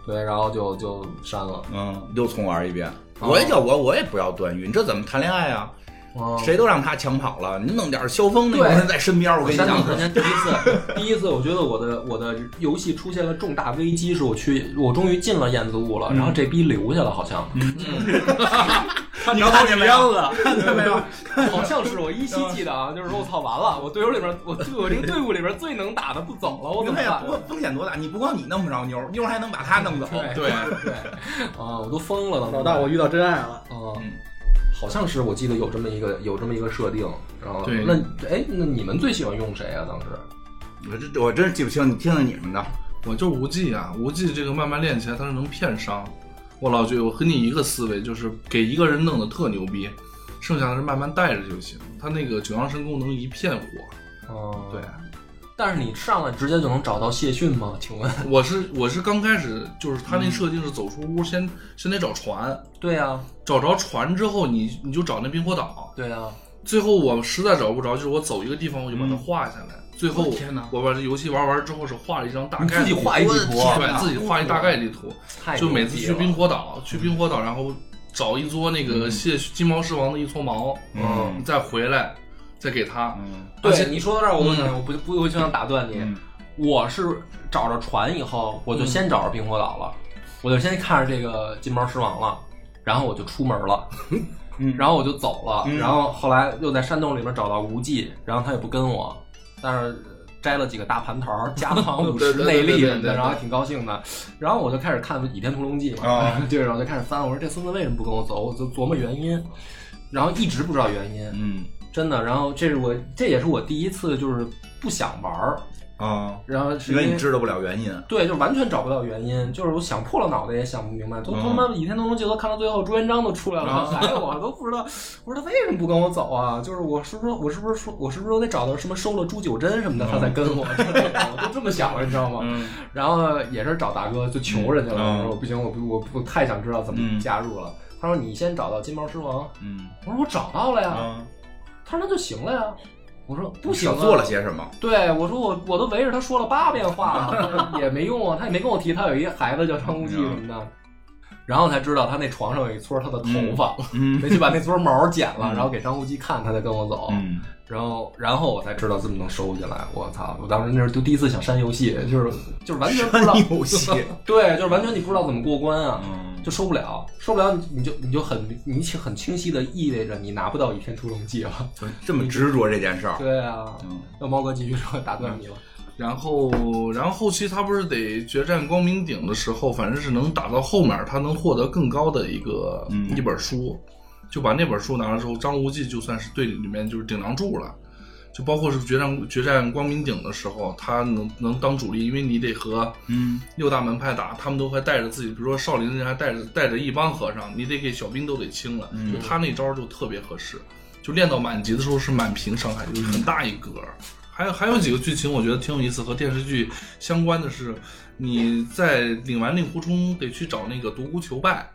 Speaker 1: 对，然后就就删了。
Speaker 2: 嗯，又重玩一遍。
Speaker 1: 哦
Speaker 2: 我也叫我，我也不要段誉，你这怎么谈恋爱啊？
Speaker 1: 嗯，
Speaker 2: 谁都让他抢跑了，你弄点萧峰那种
Speaker 1: 对
Speaker 2: 人在身边，我
Speaker 1: 我
Speaker 2: 跟你
Speaker 1: 删
Speaker 2: 讲
Speaker 1: 档，之前第一次，第一次我觉得我的我的游戏出现了重大危机，是我去我终于进了燕子坞了，然
Speaker 3: 嗯
Speaker 1: 后这逼留下了，好像
Speaker 2: 你看见没有？看见没有？
Speaker 1: 好像是我依稀
Speaker 3: 嗯
Speaker 1: 记得啊，就是说我操完了，我队友里边我我这个队伍里边最能打的不走了，我怎
Speaker 2: 明
Speaker 1: 么
Speaker 2: 白呀，
Speaker 1: 办
Speaker 2: 不？过风险多大？你不光你弄不着妞儿，妞儿还能把他弄走。
Speaker 1: 对
Speaker 3: 对，
Speaker 1: 啊，我都疯了，
Speaker 4: 老大，我遇到真爱了，
Speaker 1: 啊
Speaker 2: 嗯，
Speaker 1: 好像是我记得有这么一个有这么一个设定，然后
Speaker 3: 对
Speaker 1: 那哎，那你们最喜欢用谁啊？当时
Speaker 2: 我这我真是记不清，你听听你们的。
Speaker 3: 我就无忌啊，无忌这个慢慢练起来，他是能骗伤。我老觉得我和你一个思维，就是给一个人弄得特牛逼，剩下的是慢慢带着就行。他那个九阳神功能一片火，
Speaker 1: 哦
Speaker 4: 啊
Speaker 3: 对，
Speaker 1: 但是你上来直接就能找到谢逊吗？请问？
Speaker 3: 我是我是刚开始就是他那设定是走出屋先先得找船，
Speaker 1: 对啊，
Speaker 3: 找着船之后你你就找那冰火岛，
Speaker 1: 对啊，
Speaker 3: 最后我实在找不着，就是我走一个地方我就把它画下来。
Speaker 1: 嗯
Speaker 3: 最后
Speaker 4: 我天哪
Speaker 3: 我把这游戏玩完之后是画了一张大
Speaker 1: 你
Speaker 3: 概
Speaker 1: 自己
Speaker 3: 地
Speaker 1: 画一地图啊，
Speaker 3: 对自己画一大概地图，
Speaker 1: 太
Speaker 3: 就
Speaker 1: 牛逼
Speaker 3: 每次去
Speaker 1: 了嗯
Speaker 3: 冰火岛，去冰火岛，然后找一撮那个蟹金毛狮王的一撮毛，
Speaker 2: 嗯
Speaker 3: 你再回来，再给他。
Speaker 2: 嗯
Speaker 3: 而且
Speaker 1: 对你说到这儿，我问你，
Speaker 3: 嗯
Speaker 1: 我不不我就想打断你，我是找着船以后，我就
Speaker 3: 嗯
Speaker 1: 先找着冰火岛了，我就先看着这个金毛狮王了，然后我就出门了，然后我就走了，
Speaker 2: 嗯
Speaker 1: 然后后来又在山洞里面找到无忌，然后他也不跟我，但是。摘了几个大蟠桃，加了好像五
Speaker 3: 对
Speaker 1: 十
Speaker 3: 对对
Speaker 1: 内力
Speaker 3: 对对
Speaker 1: 什么
Speaker 3: 对
Speaker 1: 的，
Speaker 3: 对
Speaker 1: 然后还挺高兴的。然后我就开始看《倚天屠龙记》嘛，
Speaker 2: 啊
Speaker 1: 对，然后就开始翻，我说这孙子为什么不跟我走？我就琢磨原因，然后一直不知道原因。
Speaker 2: 嗯
Speaker 1: 真的。然后这是我这也是我第一次就是不想玩儿，
Speaker 2: 啊，
Speaker 1: 然后是
Speaker 2: 因
Speaker 1: 因
Speaker 2: 为你知道不了原因。
Speaker 1: 对，就完全找不到原因，就是我想破了脑袋也想不明白，都
Speaker 2: 嗯啊
Speaker 1: 他妈《倚天屠龙记》都看到最后，朱元璋都出来了， 还有我都不知道，我说他为什么不跟我走啊？就是我是不是我是不是说我是不是都得找到什么收了朱九真什么的，他才跟我？ 我都这么想了，你知道吗？
Speaker 2: 嗯
Speaker 1: 然后也是找大哥就求人家了，
Speaker 2: 嗯
Speaker 1: 我说我不行，我不我不太想知道怎么加入了。他说你先找到金毛狮王，
Speaker 2: 嗯
Speaker 1: 我说我找到了呀，
Speaker 2: 啊，
Speaker 1: 他说那就行了呀。我说不行、啊，
Speaker 2: 做了些什么？
Speaker 1: 对，我说我我都围着 他说了八遍话了，也没用啊，他也没跟我提他有一个孩子叫张无忌什么的。然后才知道他那床上有一撮他的头 发，
Speaker 2: 嗯
Speaker 1: 得去把那撮毛剪了，
Speaker 2: 嗯
Speaker 1: 然后给张无忌看，他才跟我走。
Speaker 2: 嗯，
Speaker 1: 然后，然后我才知道这么能收进来。我操！我当时那是就第一次想删游戏，就是就是完全不知 道
Speaker 2: 删游戏
Speaker 1: 对，就是完全你不知道怎么过关啊，
Speaker 2: 嗯
Speaker 1: 就收不了，收不了你你就你就很你清很清晰的意味着你拿不到《倚天屠龙记》了。
Speaker 2: 这么执着这件事儿，
Speaker 1: 对啊，
Speaker 2: 嗯
Speaker 1: 那猫哥继续说，打断你了。
Speaker 3: 然后，然后后期他不是得决战光明顶的时候，反正是能打到后面，他能获得更高的一个、
Speaker 2: 嗯
Speaker 3: 一本书，就把那本书拿了之后，张无忌就算是队里面就是顶梁柱了。就包括是决战决战光明顶的时候，他能能当主力，因为你得和
Speaker 2: 嗯
Speaker 3: 六大门派打，他们都还带着自己，比如说少林人还带着带着一帮和尚，你得给小兵都得清了。
Speaker 1: 嗯
Speaker 3: 就他那招就特别合适，就练到满级的时候是满屏伤害，就是很大一格。还有还有几个剧情我觉得挺有意思，和电视剧相关的是，你在领完令狐冲得去找那个独孤求败，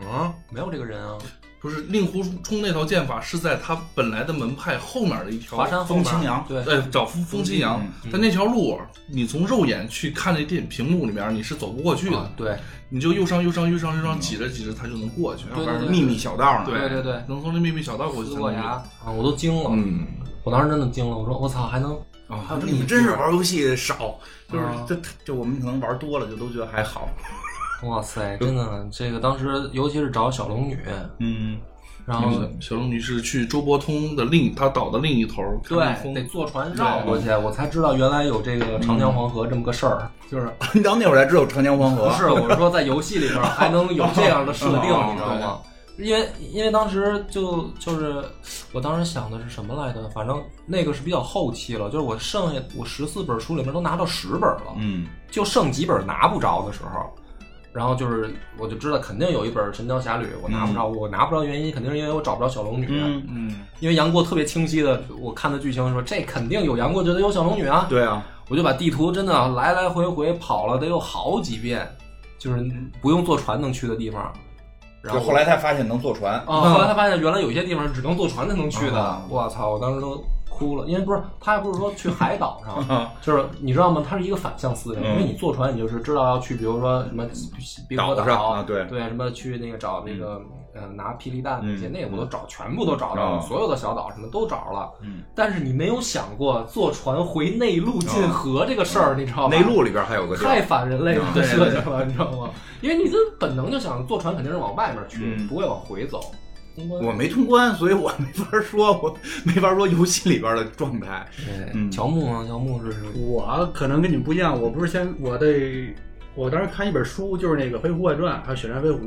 Speaker 1: 嗯，没有这个人啊，
Speaker 3: 不是令狐冲那套剑法是在他本来的门派后面的一条
Speaker 1: 华山嗯后
Speaker 2: 风
Speaker 1: 面
Speaker 2: 清扬
Speaker 1: 对，
Speaker 3: 呃，找风风清扬，但那条路你从肉眼去看那电屏幕里面，你是走不过去的。
Speaker 1: 啊对
Speaker 3: 你就右上右上右上右上挤着挤着，它就能过去。
Speaker 1: 嗯对对对
Speaker 2: 秘密小道呢，
Speaker 3: 对
Speaker 1: 对对对，
Speaker 3: 能从这秘密小道过去
Speaker 1: 思
Speaker 3: 才
Speaker 1: 过
Speaker 3: 能
Speaker 1: 崖
Speaker 3: 过。
Speaker 1: 啊，我都惊了，
Speaker 3: 嗯，
Speaker 1: 我当时真的惊了，我说我操，还能
Speaker 2: 啊，你们真是玩游戏少，就是这就我们可能玩多了，就都觉得还好。
Speaker 1: 哇塞，真的，这个当时尤其是找小龙女，
Speaker 2: 嗯，
Speaker 1: 然后
Speaker 3: 小龙女是去周伯通的另他岛的另一头看
Speaker 1: 对，
Speaker 3: 风
Speaker 1: 得坐船绕过去，我才知道原来有这个长江黄河这么个事儿。就是
Speaker 2: 你到那会儿才知道有长江黄河
Speaker 1: 不，是我是说在游戏里边还能有这样的设定，你知道吗？因为因为当时就就是我当时想的是什么来着？反正那个是比较后期了，就是我剩下我十四本书里面都拿到十本了，
Speaker 2: 嗯
Speaker 1: 就剩几本拿不着的时候，然后就是我就知道肯定有一本《神雕侠侣》我拿不着，我拿不着原因肯定是因为我找不着小龙女。啊
Speaker 2: 嗯，
Speaker 3: 嗯，
Speaker 1: 因为杨过特别清晰的，我看的剧情说这肯定有杨过，觉得有小龙女啊，
Speaker 2: 对啊，
Speaker 1: 我就把地图真的来来回回跑了得有好几遍，就是不用坐船能去的地方。然
Speaker 2: 就
Speaker 1: 后
Speaker 2: 后哦来才发现能坐船，
Speaker 1: 啊，后来他发现原来有些地方只能坐船才能去的
Speaker 2: 嗯啊，
Speaker 1: 我操！我当时都哭了，因为不是他不是说去海 岛上，就是你知道吗？他是一个反向思维，
Speaker 2: 嗯
Speaker 1: 因为你坐船你就是知道要去，比如说什么冰河
Speaker 2: 岛上啊对
Speaker 1: 对，什么去那个找那个呃拿霹雳弹那些，
Speaker 2: 嗯
Speaker 1: 那个我都找全部都找到了，
Speaker 2: 啊
Speaker 1: 所有的小岛什么都找了
Speaker 2: 嗯，
Speaker 1: 但是你没有想过坐船回内陆进河这个事儿，你知道吗？
Speaker 2: 嗯内陆里边还有个地
Speaker 1: 太
Speaker 2: 儿，
Speaker 1: 反人类
Speaker 2: 嗯
Speaker 1: 的设计了，你知道吗？因为你这本能就想坐船肯定是往外面去，
Speaker 2: 嗯
Speaker 1: 不会往回走。通关
Speaker 2: 我没通关，所以我没法说，我没法说游戏里边的状态。
Speaker 1: 对，
Speaker 2: 嗯
Speaker 1: 乔木啊，乔木是
Speaker 4: 我可能跟你们不一样，我不是先我对，我当时看一本书，就是那个《飞狐外传》，还有《血战飞狐》。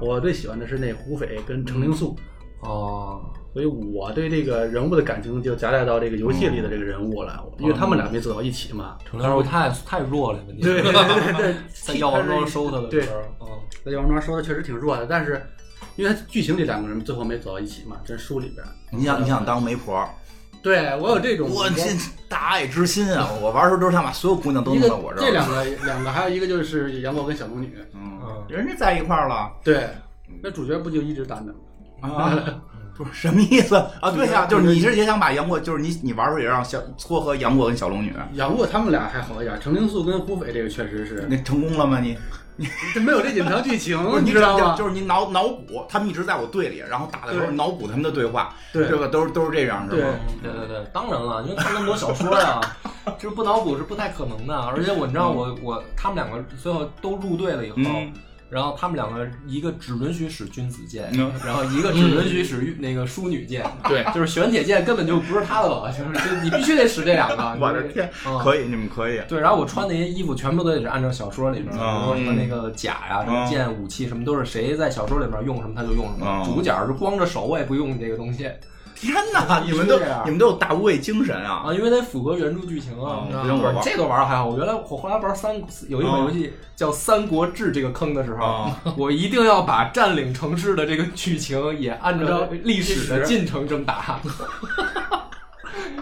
Speaker 4: 我最喜欢的是那胡斐跟程灵素，
Speaker 1: 哦，
Speaker 4: 所以我对这个人物的感情就夹带到这个游戏里的这个人物了，因为他们俩没走到一起嘛。
Speaker 1: 程良太太弱了，问题是
Speaker 4: 嗯对对对对 对，
Speaker 1: 在药王庄收他的
Speaker 4: 对
Speaker 1: 时候，嗯
Speaker 4: 在药王庄说的确实挺弱的，但是因为他剧情里两个人最后没走到一起嘛，这书里边。
Speaker 2: 你想你想当媒婆，
Speaker 4: 对我有这种
Speaker 2: 我这大爱之心啊！我玩的时候都是他把所有姑娘都
Speaker 4: 一
Speaker 2: 弄到
Speaker 4: 个
Speaker 2: 我这
Speaker 4: 这
Speaker 2: 儿，
Speaker 4: 两个两个，还有一个就是杨过跟小龙女。
Speaker 2: 嗯
Speaker 1: 嗯，
Speaker 2: 人家在一块儿了。
Speaker 4: 对，那主角不就一直单着吗？
Speaker 2: 啊，不是什么意思啊？对呀、就是你是也想把杨过，就是你你玩的时候也让小撮合杨过跟小龙女，
Speaker 4: 杨过他们俩还好一点，程灵素跟胡斐这个确实是，
Speaker 2: 那成功了吗你？
Speaker 4: 这没有这隐藏剧 情
Speaker 2: 不是，
Speaker 4: 嗯你知道啊吗？
Speaker 2: 就是你脑脑补，他们一直在我队里，然后打的时候
Speaker 4: 对
Speaker 2: 脑补他们的对话，
Speaker 4: 对
Speaker 2: 这个都是都是这样是
Speaker 4: 对
Speaker 2: 吗？
Speaker 1: 对对对，当然了，因为看那么多小 说呀、就是不脑补是不太可能的。啊而且我你知道我我他们两个最后都入队了以后，
Speaker 2: 嗯
Speaker 1: 然后他们两个一个只允许使君子剑，
Speaker 2: 嗯
Speaker 1: 然后一个只允许使玉那 个淑女剑，
Speaker 3: 对
Speaker 1: 就是玄铁剑根本就不是他的了，就是就你必须得使这两个。
Speaker 2: 我的天，
Speaker 1: 嗯
Speaker 2: 可以，你们可以，
Speaker 1: 对，然后我穿那些衣服全部都得是按照小说里边，比如
Speaker 2: 嗯
Speaker 1: 说什么那个甲呀、什么剑、武器什么，都是谁在小说里边用什么他就用什
Speaker 2: 嗯
Speaker 1: 么。主角是光着手，我也不用你这个东西
Speaker 2: 天哪，你们都
Speaker 1: 这样
Speaker 2: 你们都有大无畏精神啊！
Speaker 1: 啊，因为得符合原著剧情啊。
Speaker 2: 嗯
Speaker 1: 你知道
Speaker 2: 不用我
Speaker 1: 吗
Speaker 2: 玩哦
Speaker 1: 这个玩的还好，我原来我后来玩三有一款游戏叫《三国志》这个坑的时
Speaker 4: 嗯
Speaker 1: 候，
Speaker 2: 啊
Speaker 1: 我一定要把占领城市 的这个剧情也按照历史的进程这么打。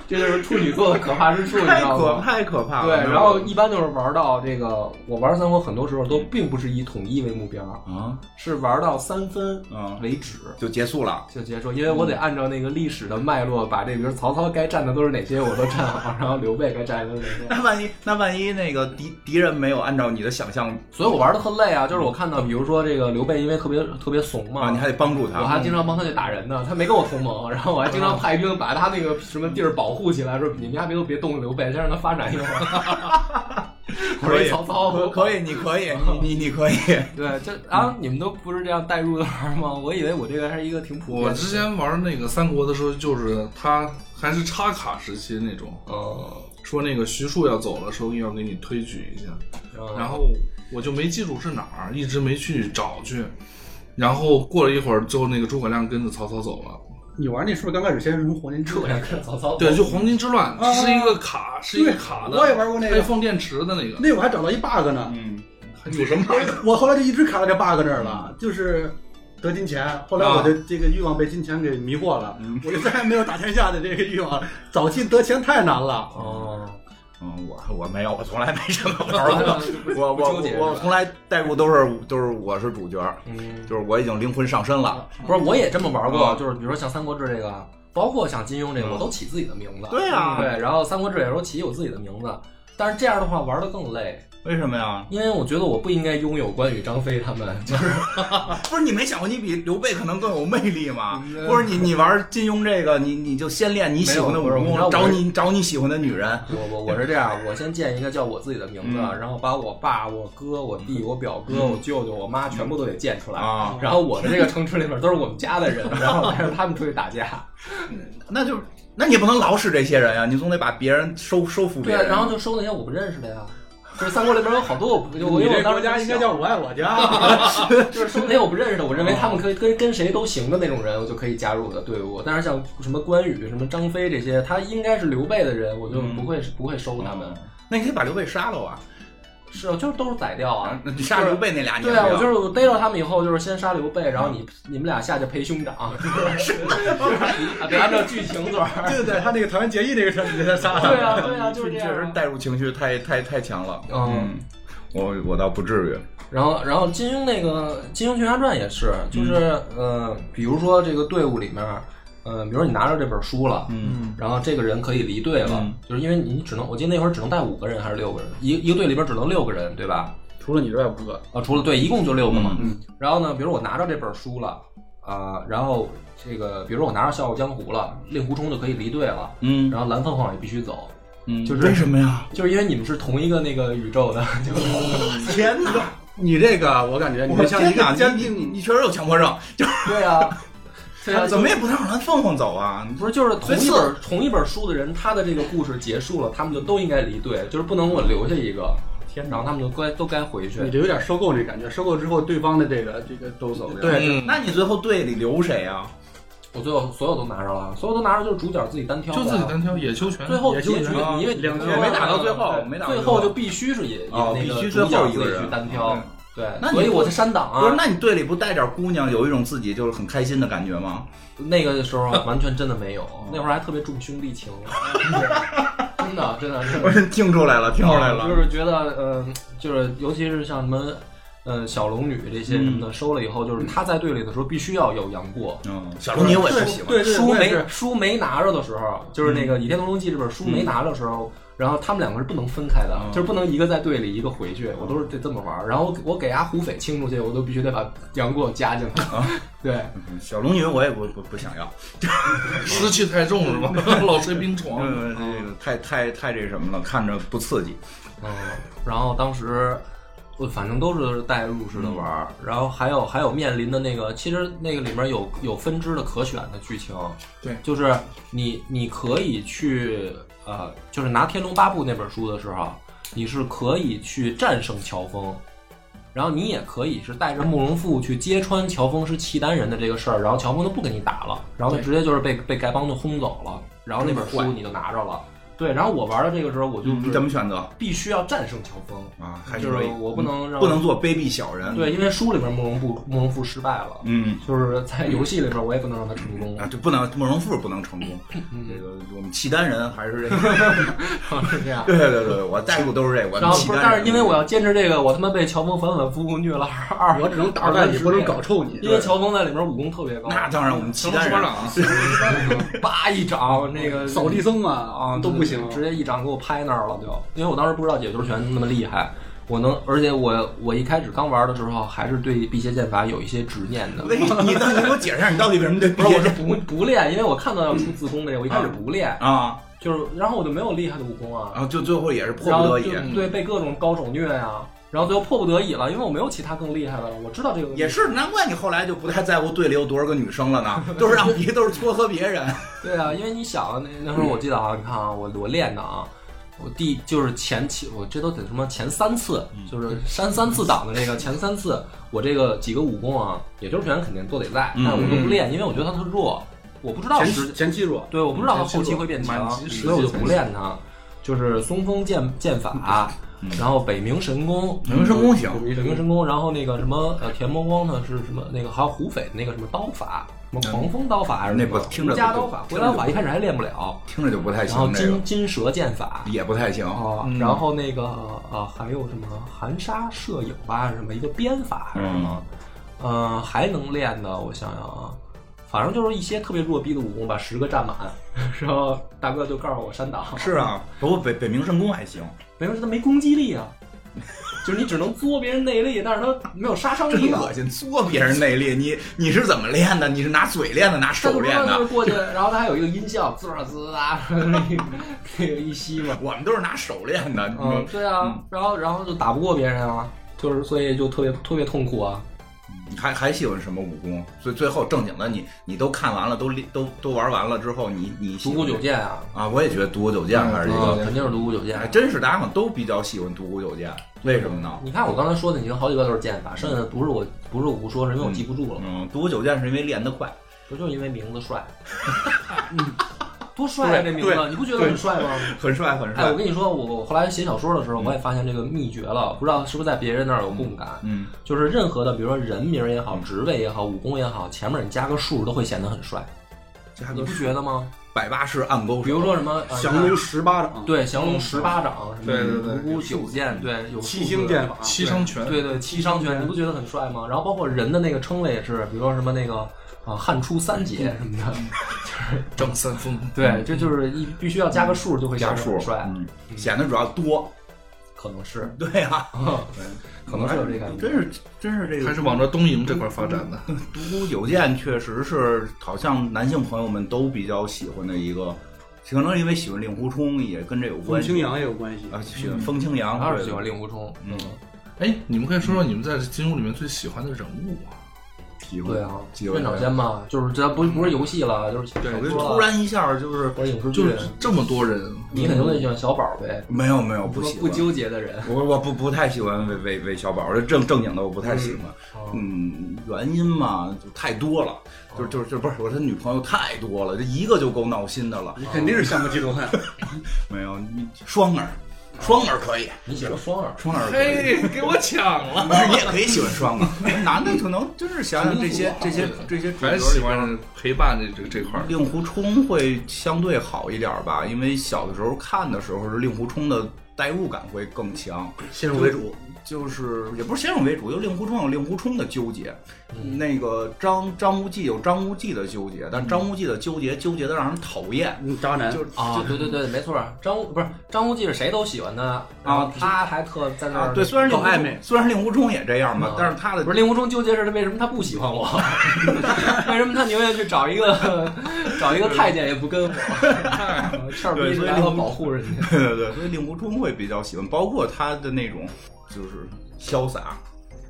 Speaker 1: 这就是处女座的可怕之
Speaker 4: 嗯
Speaker 1: 处，你知
Speaker 2: 太
Speaker 1: 道
Speaker 2: 可
Speaker 1: 吗？
Speaker 2: 太可怕
Speaker 1: 对
Speaker 2: 了。，
Speaker 1: 然后一般就是玩到这个，我玩三国很多时候都并不是以统一为目标，
Speaker 2: 啊，
Speaker 1: 是玩到三分
Speaker 2: 嗯
Speaker 1: 为止
Speaker 2: 就结束了。
Speaker 1: 就结束，因为我得按照那个历史的脉络，把这比如曹操该占的都是哪些我都占好，然后刘备该占的都是哪些。
Speaker 2: 那万一那万一那个敌敌人没有按照你的想象
Speaker 1: 所以我玩的特累啊，就是我看到比如说这个刘备，因为特别 特别怂嘛，
Speaker 2: 啊，你还得帮助
Speaker 1: 我
Speaker 2: 他。
Speaker 1: 还经嗯常帮他去打人呢，他没跟我同盟，然后我还经常派兵把他那个什么地儿保护起来，说你们家别都别动刘备，先让他发展一会 儿。我
Speaker 2: 可
Speaker 1: 说
Speaker 2: 以
Speaker 1: 曹操，啊
Speaker 2: 可可以，你可以，你你你可以。
Speaker 1: 对，这啊，你们都不是这样代入的玩吗？我以为我这个还是一个挺普遍的。
Speaker 3: 我之前玩那个三国的时候，就是他还是插卡时期那种，
Speaker 1: 呃，
Speaker 3: 说那个徐庶要走了，说要给你推举一下，然
Speaker 1: 然后
Speaker 3: 后我就没记住是哪儿，一直没去找去。然后过了一会儿之后，那个诸葛亮跟着曹操走了。
Speaker 4: 你玩那是不是刚开始先是从黄金之
Speaker 1: 诸葛 亮跟曹操，
Speaker 3: 对，就黄金之乱
Speaker 4: 啊
Speaker 3: 是一个卡，是一个卡的，
Speaker 4: 我也玩过那
Speaker 3: 还有
Speaker 4: 个，
Speaker 3: 放电池的那个，
Speaker 4: 那我还找到一 bug 呢。
Speaker 2: 嗯，
Speaker 3: 有什么？
Speaker 4: 我后来就一直卡在这 bug 那儿了，就是得金钱。后来我的这个欲望被金钱给迷惑了，我就再也没有打天下的这个欲望。早期得钱太难了，
Speaker 1: 哦，
Speaker 2: 嗯，我我没有，我从来没什么玩儿过。我我
Speaker 1: 不纠结
Speaker 2: 我
Speaker 1: 是吧
Speaker 2: 从来代入都是都是我是主角，
Speaker 1: 嗯，
Speaker 2: 就是我已经灵魂上身了。
Speaker 1: 不是，我也这么玩过，
Speaker 2: 嗯
Speaker 1: 就是比如说像《三国志》这个，包括像金庸这个，我都起自己的名字。
Speaker 2: 对啊
Speaker 1: 对，然后《三国志》也都起我自己的名字，但是这样的话玩的更累，
Speaker 2: 为什么呀？
Speaker 1: 因为我觉得我不应该拥有关羽、张飞他们，就是
Speaker 2: 不是你没想过你比刘备可能更有魅力吗
Speaker 1: 嗯？
Speaker 2: 或者 你你玩金庸这个，你你就先练你喜欢的武
Speaker 1: 没有不是我知
Speaker 2: 功，
Speaker 1: 道我
Speaker 2: 找你找你喜欢的女人。
Speaker 1: 我我我是这 样，我先建一个叫我自己的名字，
Speaker 2: 嗯
Speaker 1: 然后把我爸、我哥、我弟、我表哥、我舅舅、我妈全部都得建出来。
Speaker 2: 啊
Speaker 1: 然后我的这个城池里面都是我们家的人，然后带着他们出去打架。
Speaker 2: 那就那你也不能老使这些人呀，你总得把别人收收服
Speaker 1: 对
Speaker 2: 别
Speaker 1: 啊，
Speaker 2: 人。
Speaker 1: 然后就收那些我不认识的呀。就是三国里边有好多我不，就我
Speaker 4: 你
Speaker 1: 因为
Speaker 4: 这
Speaker 1: 我当
Speaker 4: 国
Speaker 1: 时
Speaker 4: 家应该叫我爱我家。
Speaker 1: 就是收那些我不认识的，我认为他们可以跟跟谁都行的那种人，我就可以加入我的队伍。但是像什么关羽、什么张飞这些，他应该是刘备的人，我就不会不会收他们。
Speaker 2: 那你可以把刘备杀了啊！
Speaker 1: 是啊，就是都是宰掉啊
Speaker 2: 啊，。那你杀刘备那俩，你
Speaker 1: 对啊，我就是是我逮着他们以后，就是先杀刘备，然后你你们俩下去陪兄长， 是吧？得按照剧情玩儿。
Speaker 4: 对对对，他那个桃园结义那个车你给他杀了。
Speaker 1: 对啊，对 啊，就是这
Speaker 2: 确
Speaker 1: 样
Speaker 2: 实
Speaker 1: 啊。
Speaker 2: 带入情绪太太太强了。
Speaker 1: 嗯，
Speaker 2: 我我倒不至于。
Speaker 1: 然后，然后金庸那个《金庸群侠传》也是，就是
Speaker 2: 嗯
Speaker 1: 呃，比如说这个队伍里面，呃，比如说你拿着这本书了，
Speaker 2: 嗯，
Speaker 1: 然后这个人可以离队了
Speaker 2: 嗯，
Speaker 1: 就是因为你只能，我记得那会儿只能带五个人还是六个人，一一个队里边只能六个人，对吧？
Speaker 4: 除了你之外，五个。
Speaker 1: 啊，除了对，一共就六个嘛。
Speaker 2: 嗯
Speaker 1: 然后呢，比如我拿着这本书了，啊、然后这个，比如说我拿着《笑傲江湖》了，令狐冲就可以离队了，
Speaker 2: 嗯
Speaker 1: 然后蓝凤凰也必须走，
Speaker 2: 嗯
Speaker 1: 就是
Speaker 2: 为什么呀？
Speaker 1: 就是因为你们是同一个那个宇宙的， 就是
Speaker 2: 天哪！
Speaker 4: 你这个我感觉你
Speaker 2: 我
Speaker 4: 就像一
Speaker 2: 天
Speaker 4: 个
Speaker 2: 哪！
Speaker 4: 将
Speaker 2: 你你你确实有强迫症，
Speaker 1: 对 啊，对啊，
Speaker 2: 怎么也不能让蓝凤凰走啊！
Speaker 1: 不是就是同
Speaker 2: 最
Speaker 1: 一
Speaker 2: 次
Speaker 1: 本同一本书的人，他的这个故事结束了，他们就都应该离队，就是不能我留下一个，
Speaker 4: 天
Speaker 1: 然后他们就该都该回去
Speaker 4: 你。这有点收购那感觉，收购之后对方的这个这个都走了。
Speaker 2: 对，
Speaker 3: 嗯
Speaker 2: 那你最后队里留谁啊？
Speaker 1: 我最后所有都拿着了，所有都拿着就是主角自己单挑，
Speaker 3: 就自己。单挑野球拳，
Speaker 1: 最后
Speaker 4: 也
Speaker 1: 结
Speaker 4: 就
Speaker 1: 局，
Speaker 4: 啊
Speaker 1: 你因为
Speaker 4: 两
Speaker 1: 你
Speaker 4: 局
Speaker 2: 没打到最后
Speaker 1: 对
Speaker 2: 没打到
Speaker 1: 最
Speaker 2: 最后
Speaker 1: 后就必须是也也
Speaker 2: 哦
Speaker 1: 那个
Speaker 2: 必须
Speaker 1: 主
Speaker 2: 最后
Speaker 1: 角
Speaker 2: 一个
Speaker 1: 自己
Speaker 2: 人
Speaker 1: 去单挑
Speaker 2: 嗯，
Speaker 1: 对
Speaker 2: 那，你
Speaker 1: 所以
Speaker 2: 不
Speaker 1: 我在删档
Speaker 2: 不是，
Speaker 1: 啊，
Speaker 2: 那你队里不带点姑娘，有一种自己就是很开心的感觉 吗？
Speaker 1: 那个时候完全真的没有，那会儿还特别重兄弟情，真的真的真的
Speaker 2: 我听出来了，听出来了。
Speaker 1: 就是觉得，呃，就是尤其是像什么，呃，小龙女这些什么的，
Speaker 4: 嗯
Speaker 1: 收了以后，就是他在队里的时候必须要有杨过。
Speaker 2: 嗯，小龙女我也不喜欢。
Speaker 4: 对对，
Speaker 1: 书
Speaker 4: 我也是嗯
Speaker 1: 没书没拿着的时候，就是那个《倚天屠龙记》这本书没拿着的时候，然后他们两个是不能分开的，
Speaker 2: 嗯
Speaker 1: 就是不能一个在队里，一个回去，我都是这这么玩儿。然后我给阿胡斐清出去，我都必须得把杨过加进来。
Speaker 4: 啊
Speaker 1: 对，
Speaker 2: 嗯小龙女我也不不不想要，
Speaker 3: 湿气太重是吧？老摔冰床。
Speaker 2: 嗯，这个太太太这什么了，看着不刺激。
Speaker 1: 嗯，然后当时我反正都是带入式的玩儿，然后还有还有面临的那个，其实那个里面有有分支的可选的剧情，
Speaker 3: 对
Speaker 1: 就是你你可以去呃，就是拿《天龙八部》那本书的时候，你是可以去战胜乔峰。然后你也可以是带着慕容复去揭穿乔峰是契丹人的这个事儿，然后乔峰就不跟你打了，然后就直接就是被被丐帮就轰走了，然后那本书你就拿着了。对，然后我玩的这个时候，我就
Speaker 2: 嗯你
Speaker 1: 是
Speaker 2: 怎么选择
Speaker 1: 必须要战胜乔峰，
Speaker 2: 啊？还
Speaker 1: 就是
Speaker 2: 可以
Speaker 1: 我不能让
Speaker 2: 不能做卑鄙小人。，
Speaker 1: 对，因为书里边慕容复慕容复失败了，
Speaker 2: 嗯
Speaker 1: 就是在游戏里边我也不能让他成功
Speaker 4: 嗯
Speaker 2: 啊，，就不能慕容复不能成功。
Speaker 1: 嗯
Speaker 2: 这个我们契丹人还 是这个，
Speaker 1: 哦是这样。
Speaker 2: 对对对对，我带入都是这个。我
Speaker 1: 然
Speaker 2: 们
Speaker 1: 后
Speaker 2: 契
Speaker 1: 不是，
Speaker 2: 丹人
Speaker 1: 但是因为我要坚持这个，我他妈被乔峰反反复复虐了二，
Speaker 4: 我只能打败你，不能搞臭你。
Speaker 1: 因为乔峰在里面武功特别高，
Speaker 2: 那当然我们契丹人
Speaker 3: 长啊，
Speaker 1: 叭一掌那个
Speaker 4: 扫地僧
Speaker 1: 啊
Speaker 4: 啊都不行，
Speaker 1: 直接一掌给我拍那儿了就。因为我当时不知道解球拳那么厉害，我能，而且我我一开始刚玩的时候还是对辟邪剑法有一些执念的。
Speaker 2: 为你到底给我解释一下，你到底为什么对
Speaker 1: 不
Speaker 2: 辟
Speaker 1: 是，
Speaker 2: 邪
Speaker 1: 我是
Speaker 2: 剑
Speaker 1: 不不练，因为我看到要出自宫这个，我一开始不练，
Speaker 2: 啊？
Speaker 1: 就是然后我就没有厉害的武功啊，
Speaker 2: 然后就最后也是迫
Speaker 1: 然
Speaker 2: 不
Speaker 1: 后
Speaker 2: 得
Speaker 1: 就嗯
Speaker 2: 已，嗯
Speaker 1: 对被各种高手虐啊，然后最后迫不得已了，因为我没有其他更厉害的了，我知道这个
Speaker 2: 也是难怪你后来就不太在乎队里有多少个女生了呢，都是让别都是撮合别人。
Speaker 1: 对啊，因为你想啊那那时候我记得啊，你看啊，我我练的啊，我第就是前期我这都得什么前三次，就是删三次档的这个前三次，我这个几个武功啊，野球拳肯定都得在，
Speaker 2: 嗯
Speaker 1: 但是我都不练，因为我觉得它特弱，我不知道
Speaker 4: 前
Speaker 1: 实
Speaker 4: 期前期弱，
Speaker 1: 对，我不知道它后期会变强，
Speaker 3: 满级十
Speaker 1: 所以我就
Speaker 3: 级才
Speaker 1: 不练它。就是松风剑剑法，然后北冥神功，
Speaker 2: 人生嗯功行
Speaker 1: 北冥神功，然后那个什么呃田伯光呢是什么那个还有胡斐那个什么刀法，什么狂风刀法还是
Speaker 2: 那
Speaker 1: 什么
Speaker 2: 不听着
Speaker 1: 加
Speaker 2: 不
Speaker 1: 刀法、
Speaker 2: 听
Speaker 1: 回
Speaker 2: 着
Speaker 1: 刀
Speaker 2: 不
Speaker 1: 法，一开始还练不了，
Speaker 2: 听着就不太
Speaker 1: 然后
Speaker 2: 行，这个
Speaker 1: 金金蛇剑法。
Speaker 2: 也不太行。
Speaker 1: 哦，
Speaker 3: 嗯
Speaker 1: 然后那个呃，还有什么含沙射影吧，什么一个鞭法
Speaker 2: 嗯
Speaker 1: 还是什么，呃，还能练的，我想想啊，反正就是一些特别弱逼的武功吧，十个占满， 然后大哥就告诉我删档，
Speaker 2: 是啊，不过北北冥神功还行，
Speaker 1: 没有，他没攻击力啊， 就是你只能作别人内力，但是他没有杀伤
Speaker 2: 真
Speaker 1: 力啊，
Speaker 2: 恶心，作别人内力，你你是怎么练的？你是拿嘴练的，拿
Speaker 1: 他
Speaker 2: 手
Speaker 1: 就
Speaker 2: 练
Speaker 1: 说就
Speaker 2: 的？
Speaker 1: 是过去，然后他还有一个音效，滋啦滋啊 啦，那个那个一吸嘛。
Speaker 2: 我们都是拿手练的。
Speaker 1: 嗯，对啊，然后然后就打不过别人啊，就是所以就特别特别痛苦啊。
Speaker 2: 你还还喜欢什么武功？所以最后正经的你，你都看完了，都练都都玩完了之后，你你喜
Speaker 1: 独
Speaker 2: 欢
Speaker 1: 孤九剑啊，
Speaker 2: 啊，我也觉得独孤九剑还是一
Speaker 1: 啊
Speaker 2: 个，
Speaker 1: 肯定是独孤九
Speaker 2: 还
Speaker 1: 剑。
Speaker 2: 真是大家好像都比较喜欢独孤九剑，为什么呢？
Speaker 1: 你看我刚才说的已经好几个都是剑法，剩下的不是我不是我不说，是因为我记不住了，
Speaker 2: 嗯，独孤九剑是因为练得快，
Speaker 1: 不就是因为名字 帅？嗯，多帅啊这名字，
Speaker 2: 对
Speaker 1: 你不觉得很帅吗？
Speaker 2: 很帅很
Speaker 1: 哎，
Speaker 2: 帅
Speaker 1: 我。跟你说，我我后来写小说的时候，我也发现这个秘诀了，不知道是不是在别人那儿有共感。
Speaker 2: 嗯，
Speaker 1: 就是任何的，比如说人名也好，职位也好，武功也好，前面你加个数都会显得很帅，
Speaker 2: 加
Speaker 1: 你
Speaker 2: 个
Speaker 1: 不觉得吗？
Speaker 2: 百八十暗勾手，
Speaker 1: 比如说什么呃
Speaker 4: 降龙十八啊掌，
Speaker 1: 对降龙十八掌，什么
Speaker 3: 对对对
Speaker 1: 独孤九剑，对有
Speaker 4: 七星剑，法，
Speaker 3: 七伤拳，
Speaker 1: 对对七伤拳，你不觉得很帅吗？然后包括人的那个称谓也是，比如说什么那个啊汉初三杰什么的，
Speaker 3: 正三丰，
Speaker 1: 对，这就是一必须要加个数就会显
Speaker 2: 加
Speaker 1: 得
Speaker 2: 数
Speaker 1: 很，帅，
Speaker 2: 嗯，显得主要多。
Speaker 1: 可能是，
Speaker 2: 对啊呀，
Speaker 1: 可能是有这感觉
Speaker 2: 真。是真是这个
Speaker 3: 还是往这东营这块发展的。
Speaker 2: 独孤九剑确实是好像男性朋友们都比较喜欢的一个，可能因为喜欢令狐冲也跟这有
Speaker 4: 风
Speaker 2: 关系。
Speaker 4: 清扬也有关系。
Speaker 2: 啊，喜欢风清扬，
Speaker 1: 然嗯后是
Speaker 2: 对
Speaker 1: 喜欢令狐冲，
Speaker 2: 嗯
Speaker 3: 哎，你们可以说说你们在金庸里面最喜欢的人物啊？
Speaker 2: 喜欢
Speaker 1: 对啊，
Speaker 2: 喜欢
Speaker 1: 院长仙嘛，就是这不不是游戏了，就是
Speaker 3: 对
Speaker 1: 小
Speaker 2: 我就
Speaker 1: 说了
Speaker 2: 突然一下就是
Speaker 1: 或者影视
Speaker 3: 就
Speaker 1: 剧
Speaker 3: 是，这么多人，
Speaker 1: 你肯定得喜欢小宝呗，
Speaker 2: 没有没有不
Speaker 1: 说
Speaker 2: 喜
Speaker 1: 嗯不
Speaker 2: 欢，
Speaker 1: 纠结的人。
Speaker 2: 我我不不太喜欢韦韦韦小宝，这正正经的我不太喜欢。嗯，原因嘛，就太多了，
Speaker 1: 嗯
Speaker 2: 就是就是就不是我他女朋友太多了，这一个就够闹心的了。
Speaker 4: 你肯定是项目嫉妒恨，
Speaker 2: 没有，你双儿，双儿可以，
Speaker 1: 你喜欢双儿，
Speaker 2: 双儿可以。
Speaker 3: 嘿，给我抢了。
Speaker 2: 不是，你也可以喜欢双啊。男的可能真是想想这些这些这些主角
Speaker 3: 还
Speaker 2: 里边，
Speaker 3: 是喜欢陪伴这这这块儿。
Speaker 2: 令狐冲会相对好一点吧，因为小的时候看的时候是令狐冲的代入感会更强，
Speaker 4: 先入为主。
Speaker 2: 就是也不是先入为主，就令狐冲有令狐冲的纠结，
Speaker 4: 嗯
Speaker 2: 那个张张无忌有张无忌的纠结，但张无忌的纠结纠结的让人讨厌，
Speaker 4: 嗯，渣男
Speaker 2: 就是
Speaker 1: 啊，对对对，没错，张无不是张无忌是谁都喜欢的然后他还特在那
Speaker 2: 啊
Speaker 1: 儿，
Speaker 2: 对，虽然令狐
Speaker 4: 搞暧昧
Speaker 2: 虽然令狐冲也这样吧
Speaker 1: 嗯，
Speaker 2: 但是他的
Speaker 1: 不是令狐冲纠结是为什么他不喜欢 我，为什么他宁愿去找一 个找一个太监也不跟我， 俏皮是来我保护人家，
Speaker 2: 对对 对，所以令狐冲会比较喜欢，包括他的那种就是潇洒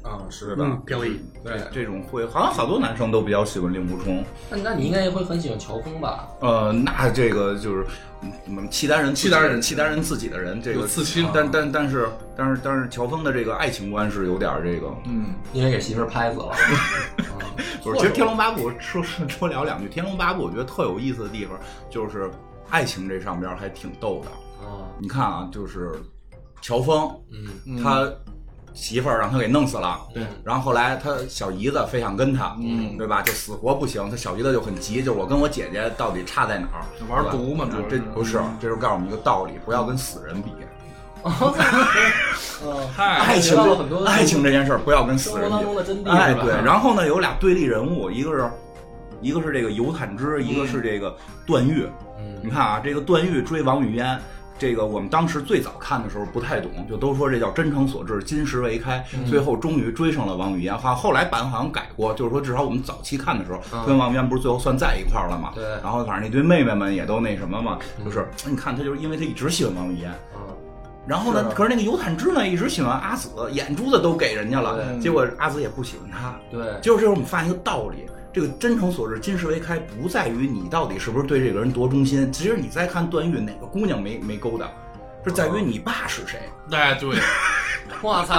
Speaker 2: 啊，是吧？
Speaker 4: 嗯飘逸，
Speaker 2: 对，这种会好像好多男生都比较喜欢令狐冲。
Speaker 1: 那那你应该会很喜欢乔峰吧？
Speaker 2: 呃，那这个就是嗯我们契丹人自己，
Speaker 3: 契丹人
Speaker 2: 契丹人自己的人，这
Speaker 3: 有
Speaker 2: 个
Speaker 3: 刺青
Speaker 2: 但但但是但是但是乔峰的这个爱情观是有点儿这个，
Speaker 3: 嗯，
Speaker 1: 因为给媳妇儿拍死了。
Speaker 2: 不是。其实《天龙八部》说说聊两句，《天龙八部》我觉得特有意思的地方就是爱情这上边儿还挺逗的。
Speaker 1: 啊，
Speaker 2: 你看啊，就是乔峰，
Speaker 1: 嗯，
Speaker 3: 嗯
Speaker 2: 他媳妇儿让他给弄死了，
Speaker 3: 对
Speaker 2: 然后后来他小姨子非想跟他，
Speaker 3: 嗯
Speaker 2: 对吧？就死活不行，他小姨子就很急，就是我跟我姐姐到底差在哪儿？
Speaker 3: 玩毒嘛
Speaker 2: 对吧啊
Speaker 3: 主
Speaker 2: 这
Speaker 3: 要是嗯
Speaker 2: 不是，这就告诉我们一个道理，不要跟死人比。
Speaker 3: 太
Speaker 1: 哦
Speaker 2: 爱情
Speaker 1: 学到了很多
Speaker 2: 爱情这件事儿不要跟死
Speaker 1: 生活
Speaker 2: 人
Speaker 1: 当
Speaker 2: 比
Speaker 1: 中。的真谛，
Speaker 2: 哎，
Speaker 1: 是吧
Speaker 2: 对，然后呢，有俩对立人物，一个是，一个是这个尤坦之，一个是这个段誉。你
Speaker 1: 嗯，
Speaker 2: 看啊，这个段誉追王语嫣，这个我们当时最早看的时候不太懂，就都说这叫真诚所至，金石为开。
Speaker 1: 嗯
Speaker 2: 最后终于追上了王语嫣，哈，后来版好像改过，就是说至少我们早期看的时候，
Speaker 1: 嗯
Speaker 2: 他跟王语嫣不是最后算在一块儿了嘛？
Speaker 1: 对
Speaker 2: 然后反正那堆妹妹们也都那什么嘛，就是你看他就是因为他一直喜欢王语嫣，
Speaker 1: 嗯
Speaker 2: 然后呢，
Speaker 4: 是
Speaker 2: 可是那个尤坦之呢一直喜欢阿紫，眼珠子都给人家了，
Speaker 3: 对
Speaker 2: 结果阿紫也不喜欢他。
Speaker 1: 对，
Speaker 2: 就是这会儿我们发现一个道理，这个真诚所至，金石为开，不在于你到底是不是对这个人多忠心。其实你再看段誉哪个姑娘没没勾搭，是在于你爸是谁。
Speaker 3: 哎对，
Speaker 1: 我操！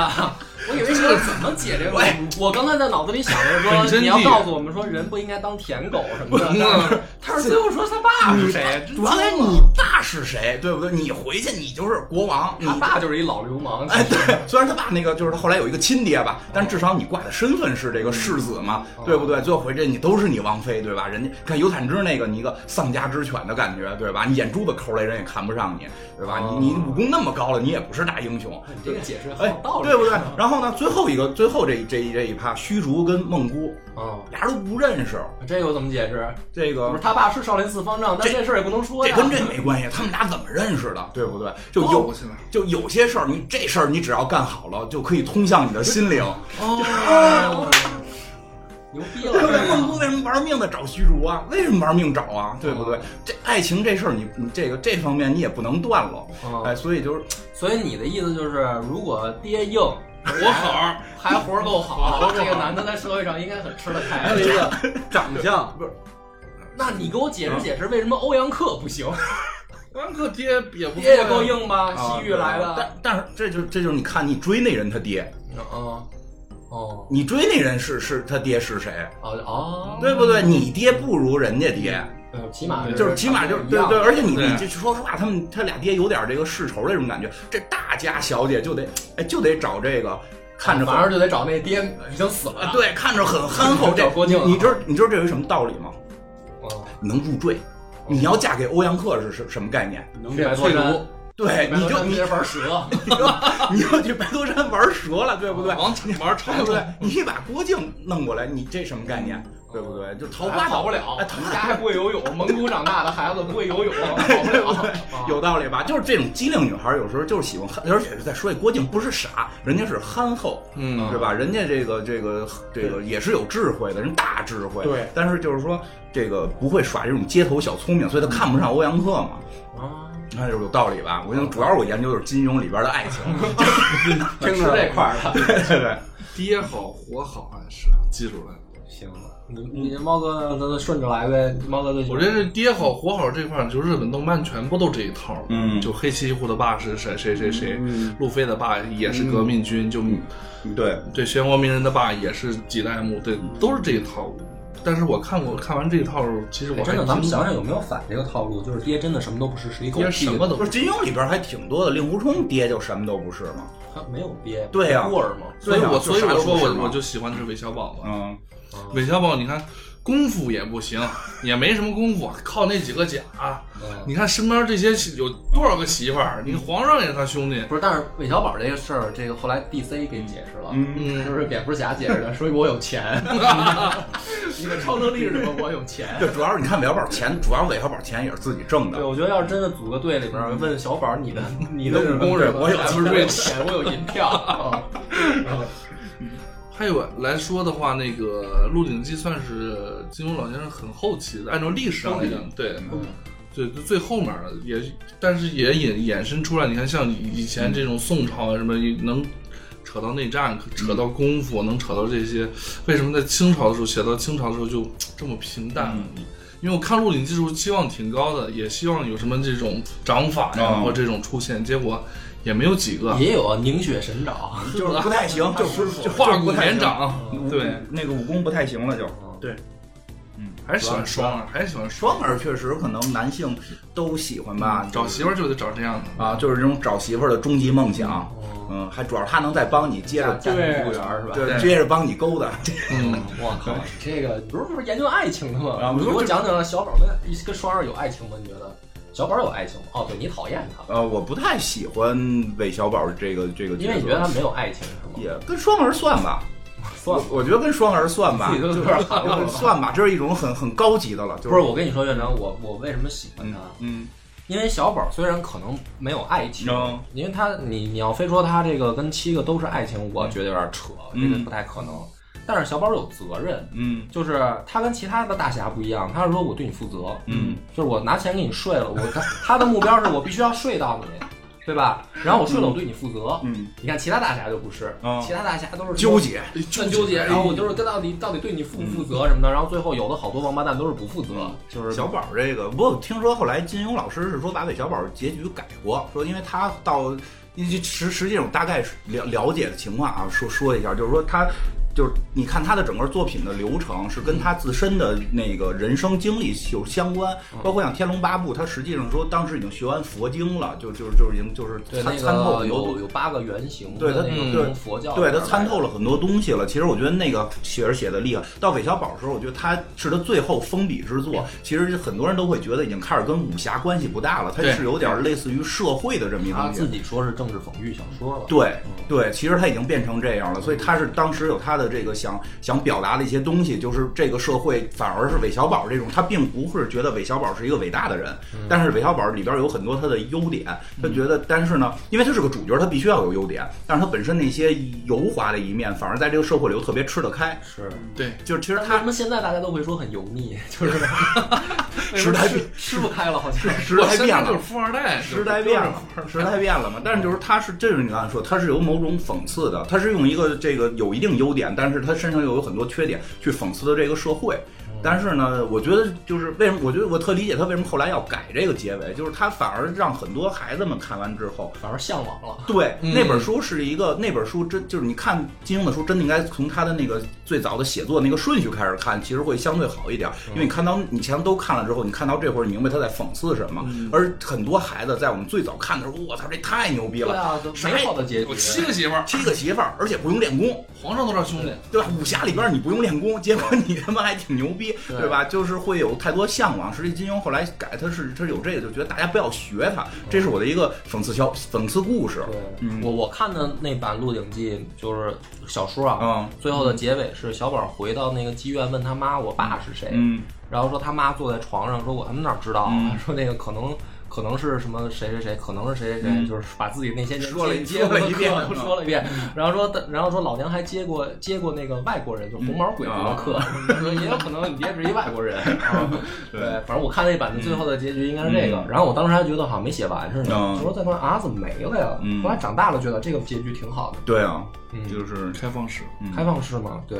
Speaker 1: 我以为你要怎么解这个
Speaker 2: 喂？
Speaker 1: 我刚才在脑子里想着
Speaker 3: 很
Speaker 1: 说，
Speaker 3: 真
Speaker 1: 你要
Speaker 3: 谛
Speaker 1: 告诉我们说人不应该当舔狗什么的。但是
Speaker 3: 嗯
Speaker 1: 他是最后说他
Speaker 2: 嗯
Speaker 1: 爸是谁？
Speaker 2: 原 来你爸是谁，对不对？你回去你就是国王，你
Speaker 1: 他爸就是一老流氓。
Speaker 2: 哎，对，虽然他爸那个就是他后来有一个亲爹吧，但至少你挂的身份是这个世子嘛，
Speaker 1: 嗯
Speaker 2: 对不对？最后回去你都是你王妃，对吧？人家看尤坦之那个，你一个丧家之犬的感觉，对吧？你眼珠子抠来，人也看不上你，对吧？
Speaker 1: 哦
Speaker 2: 你你武功那么高了，你也不是大英雄，
Speaker 1: 你这个解释
Speaker 2: 哎
Speaker 1: 很有道，理，
Speaker 2: 对不对？然后呢，最后一个，最后这这这一趴，虚竹跟梦姑
Speaker 1: 嗯，
Speaker 2: 俩人都不认识，
Speaker 1: 这又怎么解释？
Speaker 2: 这
Speaker 1: 不
Speaker 2: 个
Speaker 1: 是他爸是少林寺方丈，但
Speaker 2: 这
Speaker 1: 这事儿也不能说
Speaker 2: 这
Speaker 1: 呀。哦
Speaker 2: 跟这没关系，他们俩怎么认识的，对不对？就
Speaker 3: 抱
Speaker 2: 有
Speaker 3: 过去了
Speaker 2: 就有些事儿，你这事儿你只要干好了，就可以通向你的心灵。
Speaker 1: 哦，牛 逼
Speaker 2: 对不对？
Speaker 1: 了！
Speaker 2: 孟姑为什么玩命的找虚竹啊？为什么玩命找啊？对
Speaker 1: 哦
Speaker 2: 不对？这爱情这事儿，你你这个这方面你也不能断了。
Speaker 1: 嗯
Speaker 2: 哎，所以就是
Speaker 1: 所以你的意思就是，如果爹硬，
Speaker 3: 我好，
Speaker 1: 还活儿够 好，这个男的在社会上应该很吃得开。
Speaker 4: 还有一 个长相，嗯
Speaker 1: 那你给我解释解释，为什么欧阳克不行？
Speaker 2: 嗯
Speaker 3: 关克爹也不错
Speaker 1: 爹
Speaker 3: 呀
Speaker 1: 也够硬吧？
Speaker 2: 啊
Speaker 1: 西域来的，
Speaker 2: 但但是这就这就是你看你追那人他爹，
Speaker 1: 嗯，哦，
Speaker 2: 你追那人是是他爹是谁，
Speaker 1: 哦哦，
Speaker 2: 对不对？你爹不如人家爹，
Speaker 1: 呃，起码
Speaker 2: 就是起码就是
Speaker 1: 一
Speaker 2: 对
Speaker 1: 样
Speaker 2: 对，而且你
Speaker 3: 对
Speaker 2: 你就说实话，他们他俩爹有点这个世仇这种感觉，这大家小姐就得哎就得找这个看着
Speaker 1: 反而就得找那爹已经死了
Speaker 2: 啊
Speaker 1: 的。
Speaker 2: 对看着很憨厚这
Speaker 1: 找郭靖啊
Speaker 2: 你知道你知道这有一什么道理吗？
Speaker 1: 哦，
Speaker 2: 能入赘。你要嫁给欧阳克是什什么概念？
Speaker 4: 能
Speaker 1: 这
Speaker 4: 给
Speaker 1: 白
Speaker 4: 退
Speaker 1: 头
Speaker 4: 路。
Speaker 1: 山，
Speaker 2: 对，哎你就
Speaker 1: 你
Speaker 2: 你
Speaker 1: 哎这玩蛇，
Speaker 2: 你要去白头山玩折了，对不
Speaker 1: 哦
Speaker 2: 对？
Speaker 3: 王玩长
Speaker 2: 对不
Speaker 3: 城
Speaker 2: 对？你把郭靖弄过来，你这什么概念？对不对？就桃花
Speaker 1: 还跑
Speaker 2: 岛
Speaker 1: 不了
Speaker 2: 哎，桃花
Speaker 1: 家还不会游泳，蒙古长大的孩子不会游泳，跑不了。啊
Speaker 2: 有道理吧？就是这种机灵女孩，有时候就是喜欢憨，而且是在说起郭靖不是傻，人家是憨厚，
Speaker 3: 嗯
Speaker 2: 对吧？人家这个这个这个也是有智慧的，人大智慧，
Speaker 4: 对。
Speaker 2: 但是就是说这个不会耍这种街头小聪明，所以他看不上欧阳克嘛。
Speaker 1: 啊，
Speaker 2: 你看就是有道理吧？我跟你说主要是我研究就是金庸里边的爱情，
Speaker 1: 听着这块儿的。
Speaker 2: 对对对。
Speaker 3: 爹好活好还是记住了。
Speaker 1: 行，你你猫哥，咱顺着来呗。猫哥最喜
Speaker 3: 我
Speaker 1: 欢
Speaker 3: 觉得这爹好活好这块儿，就日本动漫全部都这一套儿。
Speaker 2: 嗯
Speaker 3: 就黑崎一护的爸是谁谁谁谁，路飞的爸也是革命军，就
Speaker 2: 对，
Speaker 3: 对漩涡鸣人的爸也是几代目，对，都是这一套。但是我看过，看完这一套，其实我
Speaker 1: 哎
Speaker 3: 还
Speaker 1: 真的，
Speaker 3: 挺
Speaker 1: 咱们想想有没有反这个套路，就是爹真的什么都不是，是一狗
Speaker 3: 爹
Speaker 1: 屁
Speaker 3: 什么都
Speaker 2: 不是金庸里边还挺多的，令狐冲爹就什么都不是嘛。
Speaker 1: 他没有爹，
Speaker 2: 对呀
Speaker 1: 孤儿嘛。
Speaker 3: 所以
Speaker 2: 对啊
Speaker 3: 我
Speaker 2: 就
Speaker 3: 所以
Speaker 2: 啥
Speaker 3: 我
Speaker 2: 都
Speaker 3: 说
Speaker 2: 不是
Speaker 3: 我
Speaker 2: 嘛
Speaker 3: 我就喜欢的是韦小宝嘛。
Speaker 2: 嗯，
Speaker 3: 韦小宝，你看功夫也不行，也没什么功夫，靠那几个甲。啊
Speaker 1: 嗯
Speaker 3: 你看身边这些媳有多少个媳妇儿？你皇上也是他兄弟，
Speaker 1: 不是，但是韦小宝这个事儿，这个后来 DC 给解释了，
Speaker 3: 嗯
Speaker 1: 就是蝙蝠侠解释 的，说我有钱，你的超能力是什么？我有钱。
Speaker 2: 对，主要是你看韦小宝钱，主要是韦小宝钱也是自己挣
Speaker 1: 对，
Speaker 2: 的。
Speaker 1: 我觉得要是真的组个队里边问小宝， 你的你的武功
Speaker 2: 对
Speaker 1: 是什么
Speaker 2: 我有
Speaker 1: 不是我有钱，我有银 票。啊
Speaker 3: 还有来说的话，那个《鹿鼎记》算是金庸老先生很后期的，按照历史上来讲，对，
Speaker 2: 嗯
Speaker 3: 嗯对，最后面的也，但是也衍衍生出来，你看像以前这种宋朝啊什么，能扯到内战，扯到功夫，能扯到这些，为什么在清朝的时候写到清朝的时候就这么平淡？
Speaker 2: 嗯
Speaker 3: 因为我看《鹿鼎记》时候期望挺高的，也希望有什么这种掌法呀、
Speaker 2: 嗯
Speaker 3: 或者这种出现，结果也没有几个。
Speaker 1: 也有啊凝血神爪，
Speaker 2: 就是不太行，就不就
Speaker 3: 化
Speaker 2: 就
Speaker 3: 骨
Speaker 2: 不太行，
Speaker 3: 绵掌，对，
Speaker 2: 那个武功不太行了就。
Speaker 4: 对，
Speaker 2: 嗯，
Speaker 3: 还是喜欢双啊儿，还是喜欢双
Speaker 2: 双儿确实可能男性都喜欢吧
Speaker 3: 儿。，嗯找媳妇儿就得找这样的。
Speaker 2: 啊，就是这种找媳妇儿的终极梦想。嗯，还主要他能再帮你接着
Speaker 1: 对
Speaker 2: 干服务员儿是吧？
Speaker 3: 对
Speaker 2: 接着帮你勾搭。
Speaker 3: 嗯，
Speaker 1: 我靠，这个不是不是研究爱情的
Speaker 2: 啊我
Speaker 1: 吗？你
Speaker 2: 就
Speaker 1: 给我讲讲小宝跟跟双儿有爱情吗？你觉得小宝有爱情吗？哦，对你讨厌 他，
Speaker 2: 呃，我不太喜欢韦小宝这个这个角色，
Speaker 1: 因为你觉得他没有爱情是吗？
Speaker 2: 也跟双儿算吧。
Speaker 1: 算
Speaker 2: 我，我觉得跟双儿算吧，
Speaker 1: 自己
Speaker 2: 就
Speaker 1: 都
Speaker 2: 是
Speaker 1: 知道
Speaker 2: 就是算吧，这是一种很很高级的了。就
Speaker 1: 不是，我跟你说，院长，我我为什么喜欢
Speaker 2: 嗯
Speaker 1: 他？
Speaker 2: 嗯
Speaker 1: 因为小宝虽然可能没有爱情
Speaker 2: 嗯，
Speaker 1: 因为他你你要非说他这个跟七个都是爱情，我觉得有点扯，这
Speaker 2: 嗯
Speaker 1: 个不太可能。但是小宝有责任，
Speaker 2: 嗯
Speaker 1: 就是他跟其他的大侠不一样，他是说我对你负责，
Speaker 2: 嗯，
Speaker 1: 就是我拿钱给你睡了，我他他的目标是我必须要睡到你，对吧？然后我睡了，我对你负责。
Speaker 2: 嗯，
Speaker 1: 你看其他大侠就不是，
Speaker 2: 嗯
Speaker 1: 其他大侠都是
Speaker 2: 纠结。哎
Speaker 1: 很纠结，然后我就是跟到底到底对你负不负责什么的，然后最后有的好多王八蛋都是不负责
Speaker 2: 嗯，
Speaker 1: 就是
Speaker 2: 小宝这个，不过我听说后来金庸老师是说把韦小宝结局改过，说因为他到，因为实实际上我大概了了解的情况啊，说说一下，就是说他。就是你看他的整个作品的流程是跟他自身的那个人生经历有相关，
Speaker 1: 嗯
Speaker 2: 包括像《天龙八部》，他实际上说当时已经学完佛经了，就就就已经就是
Speaker 1: 对
Speaker 2: 参
Speaker 1: 那
Speaker 2: 参透
Speaker 1: 个
Speaker 2: 很多东西
Speaker 1: 有有八个原型
Speaker 2: 对
Speaker 1: 的
Speaker 2: 他
Speaker 1: 那
Speaker 2: 对
Speaker 1: 个从佛教
Speaker 2: 对
Speaker 1: 那
Speaker 2: 他
Speaker 1: 儿
Speaker 2: 参透
Speaker 1: 来
Speaker 2: 了很多东西了。其实我觉得那个写是写的厉害。到韦小宝的时候，我觉得他是他最后封笔之作。其实很多人都会觉得已经开始跟武侠关系不大了，他
Speaker 3: 对
Speaker 2: 是有点类似于社会的这么一
Speaker 1: 的，
Speaker 2: 个
Speaker 1: 他
Speaker 2: 东
Speaker 1: 自
Speaker 2: 西。
Speaker 1: 己说是政治讽喻小说了，
Speaker 2: 对
Speaker 1: 嗯
Speaker 2: 对，其实他已经变成这样了，所以他是当时有他的这个想想表达的一些东西，就是这个社会反而是韦小宝这种，他并不是觉得韦小宝是一个伟大的人，
Speaker 3: 嗯
Speaker 2: 但是韦小宝里边有很多他的优点，他觉得，但是呢，因为他是个主角，他必须要有优点，但是他本身那些油滑的一面，反而在这个社会里又特别吃得开，
Speaker 1: 是。
Speaker 3: 对，
Speaker 2: 就是其实
Speaker 1: 但为
Speaker 2: 他
Speaker 1: 什么现在大家都会说很油腻，就是
Speaker 2: 时代
Speaker 1: 吃吃不开了，好像
Speaker 2: 时代
Speaker 3: 现
Speaker 2: 变
Speaker 3: 在就
Speaker 2: 了
Speaker 3: 是。富二代，
Speaker 2: 时代变了，时代变了嘛。但是就是他是这种，你刚才说他是有某种讽刺的，他是用一个这个有一定优点，但是他身上又有很多缺点去讽刺的这个社会。但是呢，我觉得就是为什么，我觉得我特理解他为什么后来要改这个结尾，就是他反而让很多孩子们看完之后，
Speaker 1: 反而向往了。
Speaker 2: 对，
Speaker 3: 嗯
Speaker 2: 那本书是一个，那本书真就是你看金庸的书，真的应该从他的那个最早的写作那个顺序开始看，其实会相对好一点，因为你看到你前都看了之后，你看到这会儿，你明白他在讽刺什么。而很多孩子在我们最早看的时候，我操，这太牛逼
Speaker 1: 对
Speaker 2: 了，
Speaker 1: 啊，
Speaker 2: 谁
Speaker 1: 美好的结
Speaker 3: 有七
Speaker 1: 局。
Speaker 3: 个媳妇儿，
Speaker 2: 七个媳妇儿，而且不用练功，
Speaker 3: 皇上都是兄弟。
Speaker 2: 对吧？武侠里边你不用练功，结果你他妈还挺牛逼，
Speaker 1: 对
Speaker 2: 对吧？就是会有太多向往。实际金庸后来改，他是他有这个，就觉得大家不要学他，这是我的一个讽刺小讽刺故事。
Speaker 1: 对，
Speaker 2: 嗯
Speaker 1: 我我看的那版《鹿鼎记》就是小说啊，
Speaker 2: 嗯
Speaker 1: 最后的结尾是小宝回到那个妓院，问他妈我爸是谁，
Speaker 2: 嗯
Speaker 1: 然后说他妈坐在床上，说我他们哪知道啊、说那个可能可能是什么谁谁谁，可能是谁谁谁，
Speaker 2: 嗯
Speaker 1: 就是把自己那些年
Speaker 2: 说了一
Speaker 1: 接接过的
Speaker 2: 说了一遍
Speaker 1: 课都说了一遍，然后说然后说老娘还接过接过那个外国人，就红毛鬼子的课，说也有可能你爹是一外 国人。啊对，反正我看那版的最后的结局应该是这个，
Speaker 2: 嗯
Speaker 1: 然后我当时还觉得好像没写完似的，
Speaker 2: 嗯
Speaker 1: 我说在那儿啊怎么没了呀？
Speaker 2: 嗯
Speaker 1: 后来长大了觉得这个结局挺好的，
Speaker 2: 对啊，
Speaker 1: 嗯
Speaker 2: 就是
Speaker 3: 开放式，
Speaker 2: 嗯
Speaker 1: 开放式嘛，对，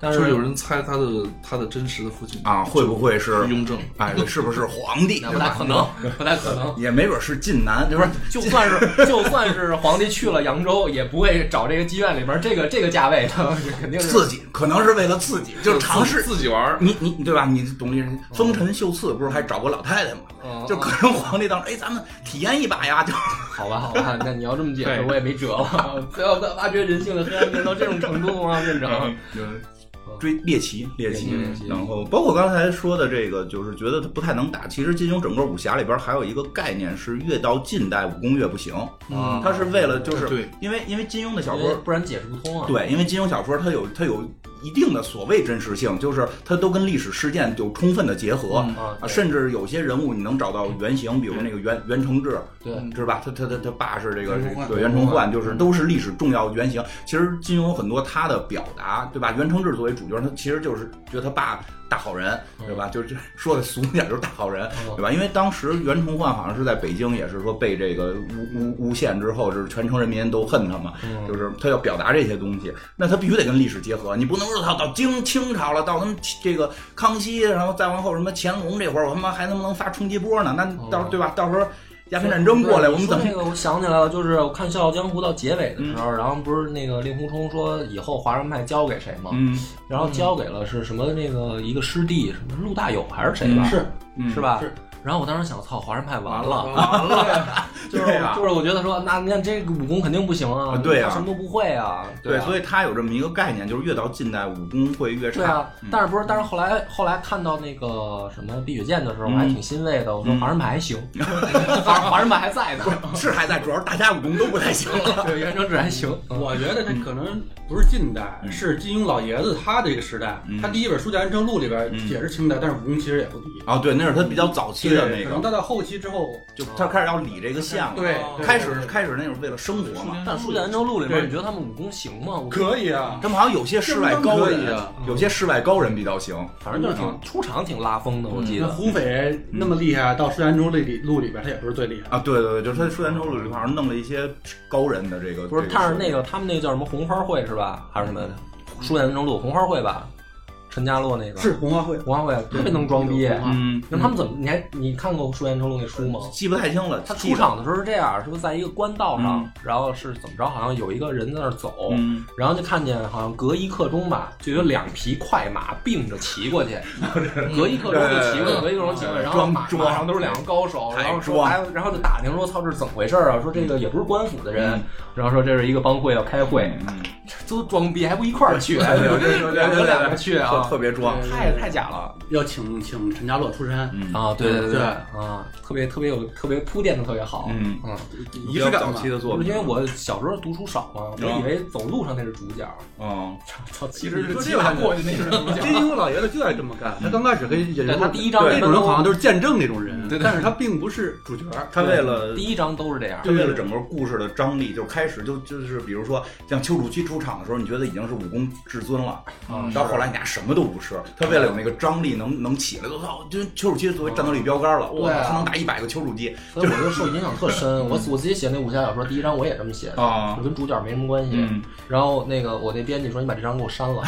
Speaker 1: 但
Speaker 3: 就是
Speaker 1: 是
Speaker 3: 有人猜他的他的真实的父亲
Speaker 2: 啊，会不会
Speaker 3: 是
Speaker 2: 是
Speaker 3: 雍正？
Speaker 2: 哎，是不是皇帝？
Speaker 1: 那不太可能，不太可能。
Speaker 2: 也没准是晋南，就是说
Speaker 1: 就算 是就算是皇帝去了扬州，也不会找这个妓院里边这个这个价位的，肯定是
Speaker 2: 刺激，可能是为了刺激，就是尝试。
Speaker 3: 自己玩儿。
Speaker 2: 你你对吧？你懂这风尘秀次不是还找过老太太吗
Speaker 1: 嗯？
Speaker 2: 就可能皇帝当时哎，咱们体验一把呀，就
Speaker 1: 好吧好吧，那你要这么解释
Speaker 3: 对，
Speaker 1: 我也没辙了。 不要挖掘人性的黑暗面到这种嗯程度吗，院
Speaker 3: 嗯
Speaker 1: 长？
Speaker 2: 追猎奇，猎奇
Speaker 1: 猎奇。
Speaker 2: 然后包括刚才说的这个，就是觉得他不太能打。其实金庸整个武侠里边还有一个概念是，越到近代武功越不行。
Speaker 1: 嗯
Speaker 2: 他是为了就
Speaker 3: 对
Speaker 2: 是因为因为金庸的小
Speaker 1: 因为
Speaker 2: 说
Speaker 1: 不然解释不通啊。
Speaker 2: 对，因为金庸小说它有它有一定的所谓真实性，就是它都跟历史事件有充分的结合、
Speaker 3: 嗯
Speaker 1: 啊
Speaker 2: 啊，，甚至有些人物你能找到原型，比如那个袁袁承志，
Speaker 1: 对
Speaker 3: 嗯
Speaker 2: 是吧？他他他他爸是这个
Speaker 3: 袁崇焕
Speaker 2: 对袁崇焕，就是
Speaker 3: 嗯
Speaker 2: 都是历史重要原型。其实金庸有很多他的表达，对吧？袁承志作为主角，他其实就是觉得他爸大好人，对吧？就是说的俗点儿就是大好人，
Speaker 1: 嗯
Speaker 2: 对吧？因为当时袁崇焕好像是在北京，也是说被这个诬诬诬陷之后，就是全城人民都恨他嘛，
Speaker 1: 嗯
Speaker 2: 就是他要表达这些东西，那他必须得跟历史结合，你不能说到到清清朝了，到他们这个康熙，然后再往后什么乾隆这会儿，我他妈还能不能发冲击波呢？那到
Speaker 1: 嗯
Speaker 2: 对吧？到时候鸦片战争过来，
Speaker 1: 对
Speaker 2: 我们
Speaker 1: 你说
Speaker 2: 怎么
Speaker 1: 这个？我想起来了，就是我看《笑傲江湖》到结尾的时
Speaker 2: 嗯
Speaker 1: 候，然后不是那个令狐冲说以后华山派交给谁吗？
Speaker 2: 嗯
Speaker 1: 然后交给了是什么那个一个师弟，什么陆大友还是谁吧？
Speaker 2: 嗯
Speaker 4: 是
Speaker 2: 嗯
Speaker 1: 是吧？
Speaker 4: 是
Speaker 1: 然后我当时想，操，华山派完了，
Speaker 3: 完了，
Speaker 1: 就是
Speaker 2: 对啊
Speaker 1: 就是我觉得说，那那这个武功肯定不行啊，
Speaker 2: 啊对啊
Speaker 1: 他什么都不会啊，
Speaker 2: 对，
Speaker 1: 啊
Speaker 2: 所以他有这么一个概念，就是越到近代武功会越
Speaker 1: 对
Speaker 2: 差
Speaker 1: 啊。，但是不是？但是后来后来看到那个什么碧血剑的时候，我还
Speaker 2: 嗯
Speaker 1: 挺欣慰的。我说
Speaker 2: 嗯
Speaker 1: 华山派还行， 华华山派还在呢，
Speaker 2: 是还在，主要是大家武功都不太行了。
Speaker 1: 对，原生志还行。嗯
Speaker 4: 我觉得这可能不是近代，是金庸老爷子他这个时代。
Speaker 2: 嗯
Speaker 4: 他第一本《书剑恩仇录》里边
Speaker 2: 嗯
Speaker 4: 也是清代，但是武功其实也不低。
Speaker 2: 啊，对，那是他比较早期的那
Speaker 4: 可能
Speaker 2: 个，
Speaker 4: 到到后期之后，
Speaker 2: 就他开始要理这个项了。
Speaker 4: 对对
Speaker 2: 开始开始那种为了生活嘛，
Speaker 1: 但《书剑恩仇录》里面，
Speaker 4: 对
Speaker 1: 你觉得他们武功行吗？我
Speaker 4: 可以啊，
Speaker 2: 他们好像有些世外高
Speaker 4: 这不更可以
Speaker 2: 人
Speaker 4: 啊，
Speaker 2: 有些世外高人比较行。
Speaker 1: 反正就是嗯挺出场挺拉风的，我记
Speaker 4: 那
Speaker 1: 得。
Speaker 4: 胡斐那么厉害，到《书剑恩仇录》里录里边，他也不是最厉害。
Speaker 2: 啊，对对对，就是他《说圆周录》里好像弄了一些高人的这个，
Speaker 1: 不是，
Speaker 2: 这个
Speaker 1: 但是
Speaker 2: 设
Speaker 1: 那
Speaker 2: 计
Speaker 1: 个他们那个叫什么红花会是吧？还是什么《书剑恩仇录》红花会吧？陈家洛那个
Speaker 4: 是红花会，
Speaker 1: 红花会特别能装逼。
Speaker 4: 嗯
Speaker 2: 嗯，
Speaker 1: 那他们怎么？你还你看过《书剑恩仇录》那书吗？
Speaker 2: 记不太清了，
Speaker 1: 他
Speaker 2: 记
Speaker 1: 出
Speaker 2: 得，
Speaker 1: 场的时候是这样，是不是在一个官道上
Speaker 2: 嗯，
Speaker 1: 然后是怎么着？好像有一个人在那儿走，
Speaker 2: 嗯，
Speaker 1: 然后就看见好像隔一刻钟吧，就有两匹快马并着骑 过去，隔一刻钟就骑过去，隔一刻钟骑过去，然后
Speaker 2: 装
Speaker 1: 马
Speaker 2: 装
Speaker 1: 马上都是两个高手，
Speaker 2: 太嗯
Speaker 1: 然后说
Speaker 2: 装
Speaker 1: 还有然后就打听说操这是怎么回事儿啊？说这个也不是官府的人，然后说这是一个帮会要开会，
Speaker 2: 嗯
Speaker 1: 都装逼还不一块儿去，
Speaker 2: 对对对对对
Speaker 1: 有两个去
Speaker 2: 特
Speaker 1: 啊，
Speaker 2: 特别装，
Speaker 1: 太太假了
Speaker 4: 要请请陈家洛出山，
Speaker 2: 嗯
Speaker 1: 啊！对对
Speaker 4: 对
Speaker 1: 啊，特别特别有特别铺垫的特别好，
Speaker 2: 嗯
Speaker 1: 嗯。
Speaker 2: 比
Speaker 4: 仪
Speaker 2: 较
Speaker 4: 式感
Speaker 2: 早
Speaker 4: 嘛
Speaker 2: 期。的作
Speaker 1: 不是
Speaker 2: 品
Speaker 1: 因，为我小时候读书少嘛，我以为走路上那是主角，
Speaker 2: 嗯，
Speaker 1: 操，其
Speaker 2: 实是
Speaker 1: 骑
Speaker 2: 骑马
Speaker 1: 马
Speaker 2: 过
Speaker 1: 过去那是主角。
Speaker 4: 金庸老爷子就爱这么嗯干，他刚开始跟演
Speaker 1: 对
Speaker 4: 员
Speaker 1: 他第一章
Speaker 4: 那种人好像都是见证那种人
Speaker 1: 对，对
Speaker 4: 但是他并不是主角，
Speaker 2: 他为了
Speaker 1: 第一章都是这样
Speaker 2: 他，为了整个故事的张力，就开始就就是比如说像丘处机出场的时候，你觉得已经是武功至尊了，
Speaker 1: 嗯
Speaker 2: 到后来你俩什么都不是。他为了有那个张力能能起来，我操，就丘处机作为战斗力标杆了，哇，
Speaker 1: 对啊
Speaker 2: 他能打一百个丘处机
Speaker 1: 所以我就受影响特深。我我自己写那武侠小说，第一章我也这么写的，
Speaker 2: 啊
Speaker 1: 我，跟主角没什么关系。
Speaker 2: 嗯，
Speaker 1: 然后那个我那编辑说：“你把这章给我删 了。”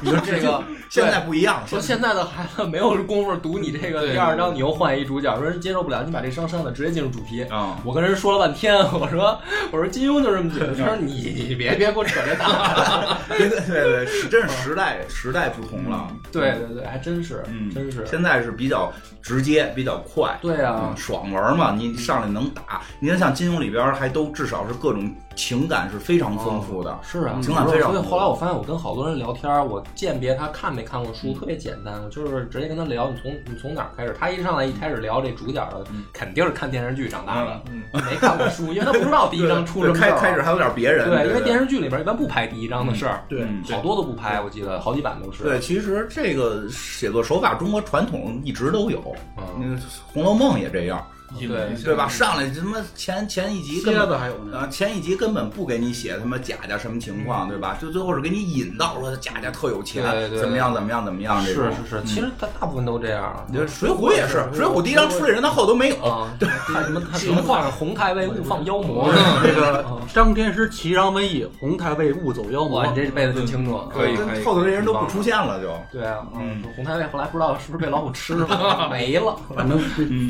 Speaker 1: 你说这个
Speaker 2: 现在不一样了，
Speaker 1: 说现在的孩子没有功夫读你这个
Speaker 3: 对
Speaker 1: 第二章，你又换一主角，说人接受不了，你把这章删了，直接进入主题。
Speaker 2: 啊，
Speaker 1: 我跟人说了半天，我说我说金庸就这么 写的，他说你你别别给我扯这蛋了。
Speaker 2: 对对对，是真是时代时代不同了，
Speaker 1: 对对对，还真是，
Speaker 2: 嗯
Speaker 1: 真嗯是。
Speaker 2: 现在是比较直接，比较快，
Speaker 1: 对啊
Speaker 2: 嗯，，爽文嘛，你上来能打。你看像金庸里边还都至少是各种情感是非常丰富的，
Speaker 1: 是啊，
Speaker 2: 情感非常
Speaker 1: 所以后来我发现，我跟好多人聊天儿，我鉴别他看没看过
Speaker 2: 嗯
Speaker 1: 书特别简单，我就是直接跟他聊，你从你从哪儿开始？他一上来一开始聊这主角的，
Speaker 2: 嗯
Speaker 1: 肯定是看电视剧长大的，
Speaker 3: 嗯
Speaker 1: 没看过书，因为他不知道第一章出
Speaker 2: 对
Speaker 1: 什么事
Speaker 2: 开
Speaker 1: 儿。啊
Speaker 2: 开始还有点别人，
Speaker 1: 对，因为
Speaker 2: 对
Speaker 1: 电视剧里边一般不拍第一章的事儿，
Speaker 4: 对
Speaker 2: 嗯
Speaker 1: 好多都不拍，我记得好几版都是。
Speaker 2: 对，其实这个写作手法，中国传统一直都有，
Speaker 1: 嗯，
Speaker 2: 嗯，《红楼梦》也这样，
Speaker 3: 引
Speaker 1: 对
Speaker 3: 一下
Speaker 2: 对吧？？上来他妈前前一集
Speaker 4: 蝎
Speaker 2: 根本
Speaker 4: 子还有呢
Speaker 2: 啊，，前一集根本不给你写他妈贾家什么情况，对吧？就最后是给你引到说贾家特有钱
Speaker 1: 对对，对
Speaker 2: 怎么样怎么样怎么样这
Speaker 1: 是
Speaker 2: 种。嗯
Speaker 1: 是是，其实他大部分都这样啊。
Speaker 2: 就是《水浒》也是，《水浒》第一章出来人，他后头没有。
Speaker 1: 啊，看什么看什么放红太尉误放妖魔， 嗯
Speaker 4: 这个张天师骑穰瘟疫，红太尉误走妖魔
Speaker 1: 我，这辈子真清楚。
Speaker 3: 可以
Speaker 2: 跟
Speaker 3: 可以
Speaker 2: 后头这些人都不出现了，就
Speaker 1: 对啊，
Speaker 2: 嗯，
Speaker 1: 红太尉后来不知道是不是被老虎吃了， 没了。
Speaker 4: 反 正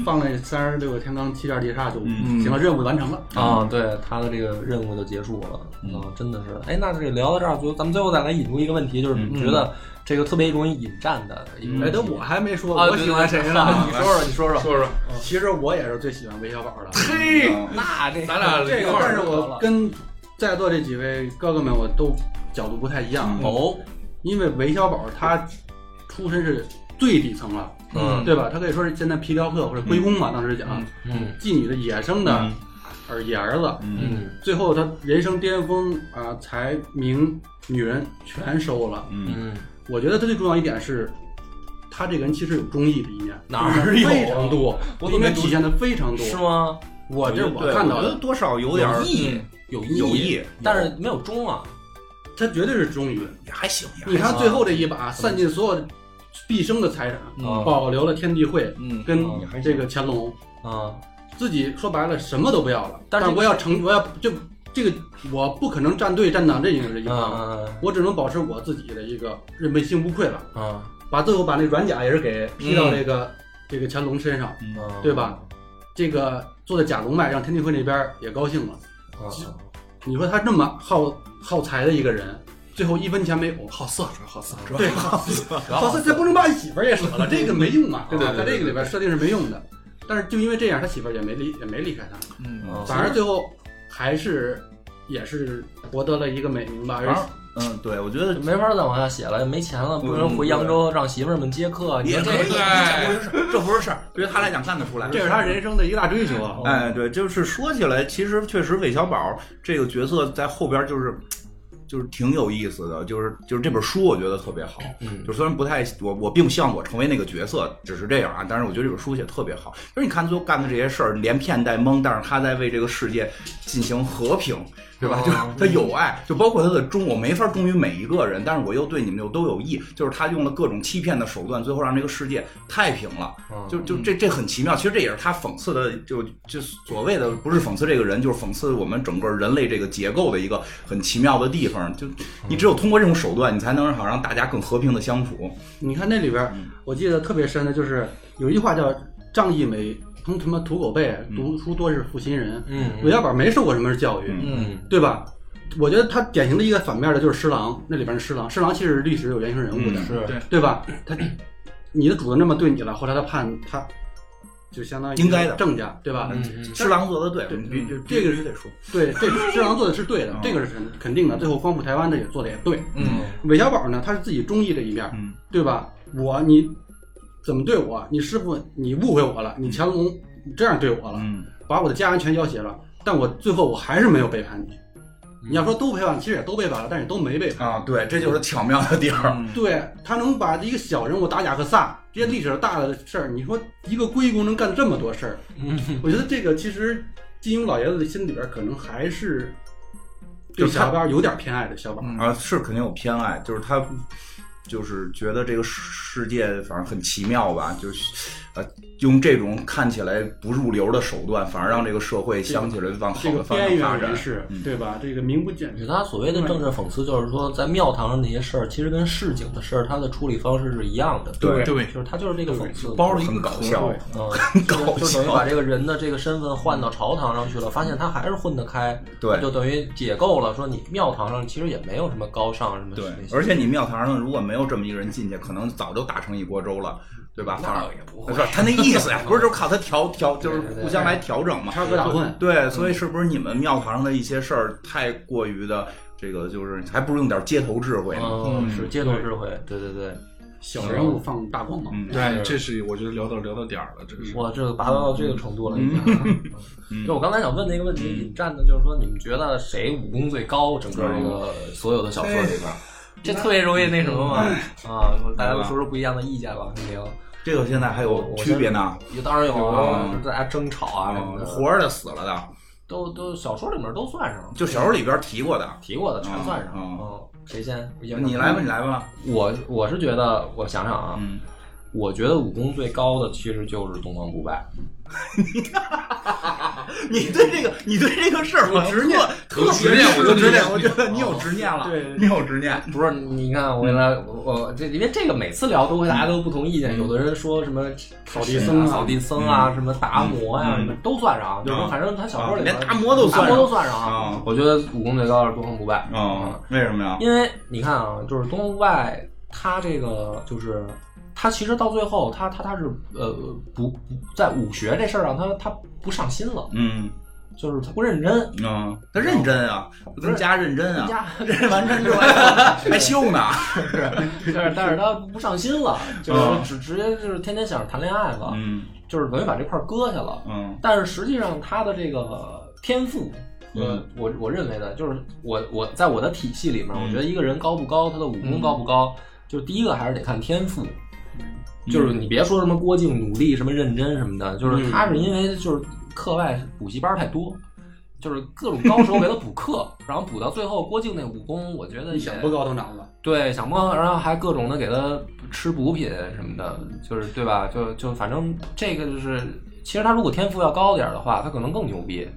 Speaker 4: 放那三十六个天罡七件地煞就
Speaker 2: 嗯
Speaker 4: 行了，任务完成了。
Speaker 1: 啊，对，他的这个任务就结束了。嗯，真的是。哎，那这聊到这儿，就咱们最后再来引出一个问题，就是你觉得这个特别容易引战的一个问题。
Speaker 4: 哎，等我还没说
Speaker 1: 啊
Speaker 4: 我喜欢谁呢？
Speaker 1: 你说说，你说说。
Speaker 3: 嗯说说，
Speaker 4: 其实我也是最喜欢韦小宝的。
Speaker 3: 嘿，
Speaker 1: 那这
Speaker 3: 咱俩
Speaker 4: 这个
Speaker 3: 一块，儿
Speaker 4: 但是我跟在座这几位哥哥们，我都角度不太一样。啊
Speaker 1: 哦，
Speaker 4: 因为韦小宝他出身是最底层了，
Speaker 1: 嗯
Speaker 4: 对吧？他可以说是现在皮条客或者龟公嘛，当时讲
Speaker 1: 嗯
Speaker 4: 妓女的野生的
Speaker 2: 嗯
Speaker 4: 儿野儿子，
Speaker 2: 嗯
Speaker 1: 嗯
Speaker 4: 最后他人生巅峰啊，财名女人全收了。
Speaker 2: 嗯
Speaker 1: 嗯，
Speaker 4: 我觉得他最重要一点是。他这个人其实有忠义的一面，
Speaker 1: 哪儿有啊
Speaker 4: 非常多，
Speaker 1: 我
Speaker 4: 应
Speaker 1: 怎么
Speaker 4: 该
Speaker 1: 没读
Speaker 4: 体现的非常多。
Speaker 1: 嗯是吗？
Speaker 4: 我这我
Speaker 2: 对
Speaker 4: 看到
Speaker 2: 我觉得
Speaker 4: 的，
Speaker 2: 多少有点儿嗯
Speaker 1: 意，有
Speaker 2: 有
Speaker 1: 义，
Speaker 2: 意，
Speaker 1: 但是没有忠啊。
Speaker 4: 他绝对是忠于。
Speaker 2: 也还行，也还
Speaker 4: 你看
Speaker 1: 行
Speaker 4: 最后这一把，散尽所有毕生的财产，
Speaker 1: 啊
Speaker 3: 哦
Speaker 1: 嗯
Speaker 4: 保留了天地会
Speaker 3: 嗯，
Speaker 4: 跟
Speaker 1: 嗯
Speaker 4: 这个乾隆，
Speaker 1: 啊，
Speaker 4: 自己说白了什么都不要了，
Speaker 1: 但
Speaker 4: 但
Speaker 1: 是
Speaker 4: 是我要成，我要就这个我不可能站队站党这一个一
Speaker 1: 嗯
Speaker 4: 方，
Speaker 1: 嗯
Speaker 4: 啊我只能保持我自己的一个认问心无愧了。
Speaker 1: 嗯
Speaker 4: 把最后把那软甲也是给披到这个这个乾隆身上，
Speaker 3: 哦
Speaker 2: 嗯
Speaker 1: 嗯，
Speaker 4: 对吧？这个做的假龙脉让天地会那边也高兴了。
Speaker 1: 啊
Speaker 4: 你说他这么耗耗财的一个人，最后一分钱没有，
Speaker 3: 好色主要好色，主要
Speaker 4: 对，好色这不能把媳妇儿也舍了，这个没用啊，对吧？在这个里边设定是没用的，但是就因为这样，他媳妇儿也没离也没离开他，
Speaker 3: 嗯，
Speaker 1: 啊
Speaker 4: 反而最后还是也是博得了一个美名吧。而
Speaker 2: 反正嗯，对，我觉得
Speaker 1: 没法再往下写了，没钱了，不能回扬州让媳妇儿们接客。你
Speaker 2: 也
Speaker 1: 说
Speaker 2: 可
Speaker 1: 这
Speaker 2: 以，
Speaker 1: 个
Speaker 2: 这不是事儿，这不是事儿，对于他来讲看得出来，
Speaker 4: 且这是他人生的一个大追求啊。
Speaker 1: 哦
Speaker 2: 哎，对，就是说起来，其实确实韦小宝这个角色在后边就是。就是挺有意思的，就是就是这本书我觉得特别好，
Speaker 1: 嗯
Speaker 2: 就虽然不太我我并不希望我成为那个角色，只是这样啊，但是我觉得这本书写得特别好，就是你看最后干的这些事儿，连骗带蒙，但是他在为这个世界进行和平，对吧？
Speaker 1: 哦
Speaker 2: 就是他有爱，就包括他的忠，我没法忠于每一个人，但是我又对你们又都有益，就是他用了各种欺骗的手段，最后让这个世界太平了。
Speaker 1: 嗯
Speaker 2: 就就这这很奇妙，其实这也是他讽刺的，就就所谓的不是讽刺这个人，就是讽刺我们整个人类这个结构的一个很奇妙的地方。
Speaker 1: 嗯
Speaker 2: 就你只有通过这种手段，你才能好让大家更和平的相处。
Speaker 4: 你看那里边儿，我记得特别深的就是有一句话叫“仗义每通他妈土狗辈，读书多是负心人”。
Speaker 1: 嗯
Speaker 4: 韦小宝没受过什么教育，
Speaker 1: 嗯
Speaker 4: 对吧？我觉得他典型的一个反面的就是施琅，那里边的施琅，施琅其实是历史有原型人物的，
Speaker 2: 嗯
Speaker 1: 是
Speaker 3: 对
Speaker 4: 对吧？他你的主子那么对你了，后来他判他就相当于
Speaker 2: 应该的
Speaker 4: 正家，对吧？
Speaker 1: 嗯嗯
Speaker 2: 施琅做的对，
Speaker 4: 对
Speaker 2: 你必
Speaker 4: 嗯
Speaker 2: 必须得说，
Speaker 4: 对，这施琅做的是对的
Speaker 2: 嗯，
Speaker 4: 这个是肯肯定的。最后光复台湾的也做的也对，
Speaker 3: 嗯
Speaker 4: 韦小宝呢，他是自己忠义的一面，
Speaker 2: 嗯
Speaker 4: 对吧？我你怎么对我？你师傅你误会我了，你乾隆你这样对我了，
Speaker 2: 嗯，
Speaker 4: 把我的家人全要挟了，但我最后我还是没有背叛你。你要说都背叛，其实也都背叛了，但是也都没背
Speaker 2: 嗯
Speaker 4: 叛。
Speaker 2: 啊，对，这就是巧妙的地
Speaker 1: 嗯
Speaker 2: 方。
Speaker 4: 对他能把一个小人物打雅克萨这些历史上大的事儿，你说一个龟公能干这么多事儿，
Speaker 2: 嗯
Speaker 4: 我觉得这个其实金庸老爷子的心里边可能还是
Speaker 2: 就
Speaker 4: 对
Speaker 2: 是他
Speaker 4: 小宝有点偏爱的小宝。
Speaker 3: 嗯
Speaker 2: 啊，是肯定有偏爱，就是他就是觉得这个世界反正很奇妙吧，就是呃，用这种看起来不入流的手段，反而让这个社会想起来往
Speaker 4: 这
Speaker 2: 好
Speaker 4: 个
Speaker 2: 的方
Speaker 4: 边
Speaker 2: 向发
Speaker 4: 缘
Speaker 2: 展
Speaker 4: 人。士
Speaker 2: 嗯，
Speaker 4: 对吧？这个名不见
Speaker 1: 与他所谓的政治讽刺，就是说，在庙堂上那些事儿，其实跟市井的事儿，他的处理方式是一样的。
Speaker 2: 对
Speaker 3: 对
Speaker 1: 就是他就是这个讽刺。
Speaker 3: 包了一个
Speaker 2: 很搞
Speaker 3: 壳
Speaker 2: 笑，
Speaker 1: 嗯，
Speaker 2: 搞
Speaker 1: 就等于
Speaker 2: 笑
Speaker 1: 把这个人的这个身份换到朝堂上去了，发现他还是混得开，
Speaker 2: 对
Speaker 1: 就等于解构了。说你庙堂上其实也没有什么高尚什么，
Speaker 2: 对
Speaker 1: 那，些
Speaker 2: 而且你庙堂上如果没有这么一个人进去，可能早就打成一锅粥了，对吧？反
Speaker 1: 那
Speaker 2: 正
Speaker 1: 也不
Speaker 2: 不
Speaker 1: 会
Speaker 2: 是他那意 思呀，不是就是靠他调调，就是
Speaker 1: 对对对
Speaker 2: 互相来调整嘛。
Speaker 4: 插科打诨。
Speaker 2: 对，所以是不是你们庙堂上的一些事儿太过于的这个，就是还不如用点街头智慧呢？
Speaker 1: 嗯，
Speaker 3: 嗯
Speaker 1: 是街头智慧，对对对，
Speaker 4: 小人物放大光芒。
Speaker 2: 嗯，
Speaker 3: 对，这是我觉得聊到聊到点儿了，这是
Speaker 1: 哇，这个拔到这个程度了，已 经。嗯就我刚才想问的一个问题，引战的就是说，你们觉得谁武功最高？整个这个所有的小说里边，这特别容易那什么嘛啊，大家都说说不一样的意见吧，肯定。
Speaker 2: 这个现在还有区别呢，
Speaker 1: 也当然有啊，
Speaker 2: 嗯
Speaker 1: 大家争吵啊什么的，
Speaker 2: 活着的、死了的，
Speaker 1: 都都小说里面都算上，
Speaker 2: 就小说里边提过的，
Speaker 1: 提过的全算上。
Speaker 2: 嗯
Speaker 1: 嗯，谁先？
Speaker 2: 你来吧，你来吧，
Speaker 1: 我我是觉得，我想想啊，
Speaker 2: 嗯，
Speaker 1: 我觉得武功最高的其实就是东方不败。
Speaker 2: 你对这个，你对这个事儿
Speaker 4: 有执念
Speaker 2: 特特
Speaker 3: 有执念我就
Speaker 2: 有执
Speaker 3: 理解
Speaker 2: 念，我觉哦得你有执念了，
Speaker 4: 对
Speaker 2: 你有执念，
Speaker 1: 不是，你看我原来
Speaker 2: 嗯
Speaker 1: 我我这因为这个每次聊都会大家都不同意见，有的人说什么
Speaker 4: 扫地僧啊
Speaker 1: 扫地僧啊，什么达摩呀，
Speaker 2: 嗯
Speaker 1: 什么都算上啊，就是说反正他小说里面
Speaker 2: 连达摩都算上
Speaker 1: 达摩都算上
Speaker 2: 啊
Speaker 1: 我觉得武功最高的是东方不败啊
Speaker 2: 嗯，为什么呀？
Speaker 1: 因为你看啊，就是东方不败，他这个就是他其实到最后，他他他是呃不不在武学这事儿上，他他不上心了，
Speaker 2: 嗯
Speaker 1: 就是他不认真。
Speaker 2: 嗯，他认真啊，跟家认真 啊，
Speaker 1: 家
Speaker 2: 认真完真之后还还秀呢，
Speaker 1: 但是但是他不上心了，就是只直接就是天天想着谈恋爱了，
Speaker 2: 嗯
Speaker 1: 就是等于把这块儿割下了。
Speaker 2: 嗯
Speaker 1: 但是实际上他的这个天赋，呃
Speaker 2: 嗯，
Speaker 1: 我我认为呢，就是我我在我的体系里面，
Speaker 2: 嗯
Speaker 1: 我觉得一个人高不高，他的武功高不高，就第一个还是得看天赋。
Speaker 2: 嗯
Speaker 1: 就是你别说什么郭靖努力、什么认真什么的，就是他是因为就是课外补习班太多，就是各种高手给他补课，然后补到最后，郭靖那武功，我觉得也
Speaker 4: 你想不高头脑子，
Speaker 1: 对，想摸，然后还各种的给他吃补品什么的，就是对吧？就就反正这个就是，其实他如果天赋要高点儿的话，他可能更牛逼。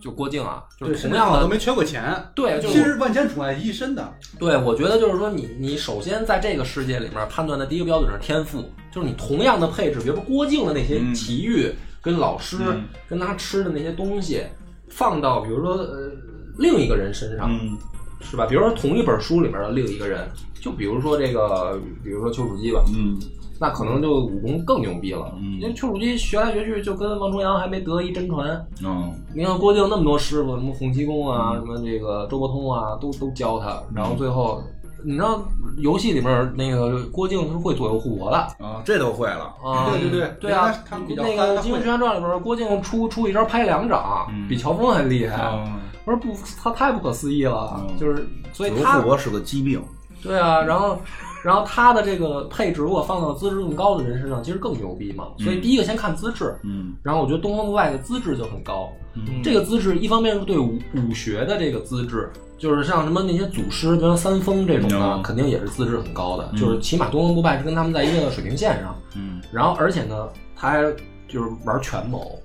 Speaker 1: 就郭靖啊，就
Speaker 4: 对，
Speaker 1: 是同样
Speaker 4: 都
Speaker 1: 的，
Speaker 4: 没缺过钱。
Speaker 1: 对，就
Speaker 4: 其
Speaker 1: 是
Speaker 4: 实万千宠爱一身的，
Speaker 1: 对，我觉得就是说你，你首先在这个世界里面判断的第一个标准是天赋，就是你同样的配置，比如说郭靖的那些
Speaker 2: 嗯
Speaker 1: 奇遇，跟老师、
Speaker 2: 嗯
Speaker 1: 跟他吃的那些东西，放到比如说呃另一个人身上，
Speaker 2: 嗯
Speaker 1: 是吧？比如说同一本书里面的另一个人，就比如说这个，比如说丘处机吧，
Speaker 2: 嗯
Speaker 1: 那可能就武功更牛逼了。
Speaker 2: 嗯
Speaker 1: 因为丘处机学来学去就跟王重阳还没得一真传。
Speaker 2: 嗯
Speaker 1: 你看郭靖那么多师傅，什么洪七公
Speaker 4: 嗯
Speaker 1: 啊，什么这个周伯通啊，都都教他，然后最后。你知道游戏里面那个郭靖是会左右互搏的
Speaker 2: 啊，这都会了，
Speaker 1: 啊？
Speaker 4: 对对对
Speaker 1: 对啊
Speaker 4: 他，他比较
Speaker 1: 那
Speaker 4: 憨
Speaker 1: 个《
Speaker 4: 他
Speaker 1: 金庸
Speaker 4: 会
Speaker 1: 群侠传》里边，郭靖出出一招拍两掌，
Speaker 2: 嗯
Speaker 1: 比乔峰还厉害。
Speaker 4: 嗯
Speaker 2: 啊，
Speaker 1: 我说不，他太不可思议了，
Speaker 2: 嗯
Speaker 1: 就是所以
Speaker 2: 刘
Speaker 1: 他
Speaker 2: 富国是个疾病，
Speaker 1: 对啊，然后，然后他的这个配置如果放到资质更高的人身上，其实更牛逼嘛。所以第一个先看资质，
Speaker 2: 嗯
Speaker 1: 然后我觉得东方不败的资质就很高。
Speaker 3: 嗯
Speaker 1: 这个资质一方面是对武武学的这个资质，就是像什么那些祖师，比如说三丰这种的
Speaker 2: 嗯，
Speaker 1: 肯定也是资质很高的，
Speaker 2: 嗯
Speaker 1: 就是起码东方不败是跟他们在一个水平线上。
Speaker 2: 嗯
Speaker 1: 然后而且呢，他还就是玩权谋，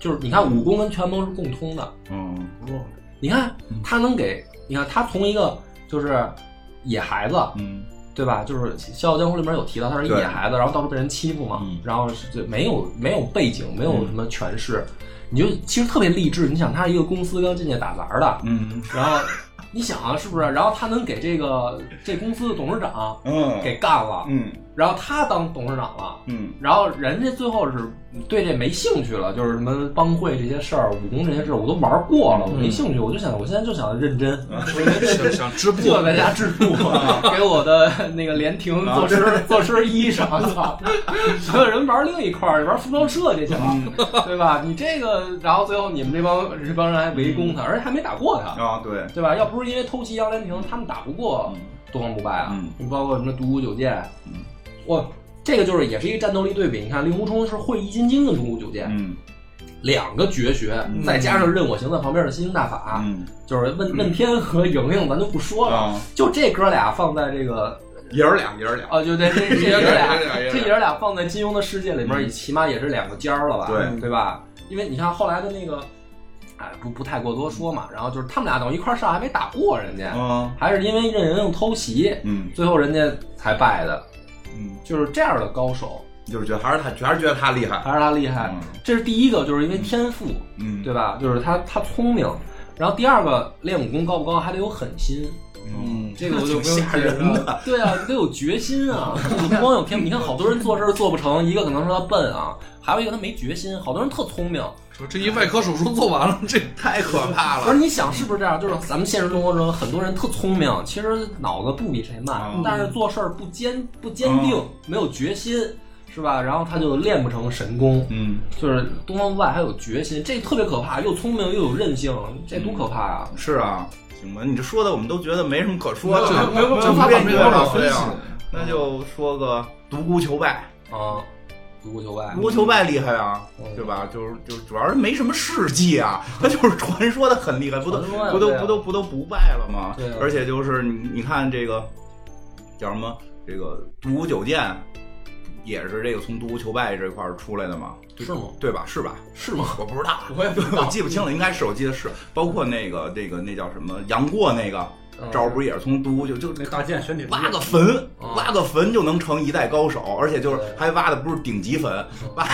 Speaker 1: 就是你看武功跟权谋是共通的，
Speaker 2: 嗯
Speaker 1: 你看他能给，你看他从一个就是野孩子，
Speaker 2: 嗯
Speaker 1: 对吧？就是《笑傲江湖》里面有提到他是一
Speaker 2: 对
Speaker 1: 野孩子，然后到处被人欺负嘛，
Speaker 2: 嗯
Speaker 1: 然后是就没有没有背景，没有
Speaker 2: 嗯
Speaker 1: 什么权势，你就其实特别励志。你想，他是一个公司刚进去打杂的，
Speaker 2: 嗯
Speaker 1: 然后你想啊，是不是？然后他能给这个这公司的董事长
Speaker 2: 嗯，
Speaker 1: 给干了，
Speaker 2: 嗯
Speaker 1: 然后他当董事长了。
Speaker 2: 嗯
Speaker 1: 然后人家最后是对这没兴趣了，就是什么帮会这些事儿、武功这些事儿，我都玩过了，我
Speaker 2: 嗯
Speaker 1: 没兴趣，我就想，我现在就想认真，
Speaker 3: 嗯想想织布
Speaker 1: 做在家制布，
Speaker 2: 啊
Speaker 1: 给我的那个连亭做身做身衣裳，操！所有人玩另一块儿，玩服装设计去了，
Speaker 2: 嗯
Speaker 1: 对吧？ 你这个，然后最后你们这帮这帮人还围攻他，
Speaker 2: 嗯
Speaker 1: 而且还没打过他，
Speaker 2: 啊，对，
Speaker 1: 对吧？要不是因为偷袭杨莲亭，他们打不过东方不败啊
Speaker 2: 嗯。
Speaker 1: 你包括什么独孤九剑
Speaker 2: 嗯，
Speaker 1: 哇，这个就是也是一个战斗力对比。你看令狐冲是会易筋经跟独孤九剑
Speaker 2: 嗯
Speaker 1: 两个绝学，再加上任我行在旁边的心经大法，
Speaker 2: 嗯
Speaker 1: 就是问问天和莹莹，咱就不说了。
Speaker 2: 啊，
Speaker 1: 就这哥俩放在这个，
Speaker 2: 爷儿俩，爷儿俩，
Speaker 1: 哦，就 对，这这爷俩，
Speaker 3: 这
Speaker 1: 这爷俩放在金庸的世界里面，也起码也是两个尖儿了吧，
Speaker 2: 嗯对
Speaker 1: 对吧？因为你看后来的那个，哎，不不太过多说嘛。然后就是他们俩等于一块儿上，还没打过人家，
Speaker 2: 啊，
Speaker 1: 还是因为任人用偷袭，
Speaker 2: 嗯
Speaker 1: 最后人家才败的，
Speaker 2: 嗯，
Speaker 1: 就是这样的高手，
Speaker 2: 就是觉得还是他，还是觉得他厉害，
Speaker 1: 还是他厉害。这是第一个，就是因为天赋，
Speaker 2: 嗯，
Speaker 1: 对吧？就是他他聪明。然后第二个练武功高不高，还得有狠心，
Speaker 2: 嗯，
Speaker 1: 这个我就不用
Speaker 2: 挺吓
Speaker 1: 解释
Speaker 2: 人的
Speaker 1: 了。对啊，你得有决心啊！你不光有天赋，你看好多人做事儿做不成，一个可能说他笨啊，还有一个他没决心。好多人特聪明，
Speaker 2: 啊
Speaker 3: 说这一外科手术做完了，这
Speaker 2: 太可怕
Speaker 1: 不
Speaker 2: 了，
Speaker 1: 是你想是不是这样？就是咱们现实生活中很多人特聪明，其实脑子不比谁慢，
Speaker 2: 嗯
Speaker 1: 但是做事儿不坚不坚定，
Speaker 2: 嗯
Speaker 1: 没有决心，是吧？然后他就练不成神功。
Speaker 2: 嗯，
Speaker 1: 就是东方不败还有决心，这特别可怕，又聪明又有韧性，这多可怕啊！
Speaker 2: 是啊，行吧，你这说的我们都觉得没什么可说
Speaker 3: 没
Speaker 2: 的，
Speaker 3: 有没有没有
Speaker 2: 就
Speaker 3: 没法把
Speaker 2: 别
Speaker 3: 这
Speaker 2: 觉
Speaker 3: 个
Speaker 2: 得
Speaker 3: 分
Speaker 2: 这
Speaker 3: 析
Speaker 2: 样，那就说个独孤求败，
Speaker 1: 啊，独孤求败
Speaker 2: 独，孤求败厉害啊
Speaker 1: 嗯，
Speaker 2: 对吧？就是就主要是没什么事迹啊，他就是 传说的很厉害，不都
Speaker 1: 传说呀
Speaker 2: 不都
Speaker 1: 对啊
Speaker 2: 不都不都不败了吗
Speaker 1: 对啊？
Speaker 2: 而且就是你你看这个叫什么这个独孤九剑。也是这个从独孤求败这块儿出来的嘛，
Speaker 1: 是吗？
Speaker 2: 对吧？是吧？
Speaker 1: 是吗？
Speaker 2: 我不知道，
Speaker 1: 我也不知道
Speaker 2: 我记不清了，应该是我记得是，包括那个那个那叫什么杨过那个
Speaker 1: 嗯
Speaker 2: 招，不是也是从独孤就就
Speaker 4: 那大剑玄铁
Speaker 2: 挖个坟
Speaker 1: 嗯，
Speaker 2: 挖个坟就能成一代高手，而且就是
Speaker 1: 对嗯
Speaker 2: 还挖的不是顶级坟，挖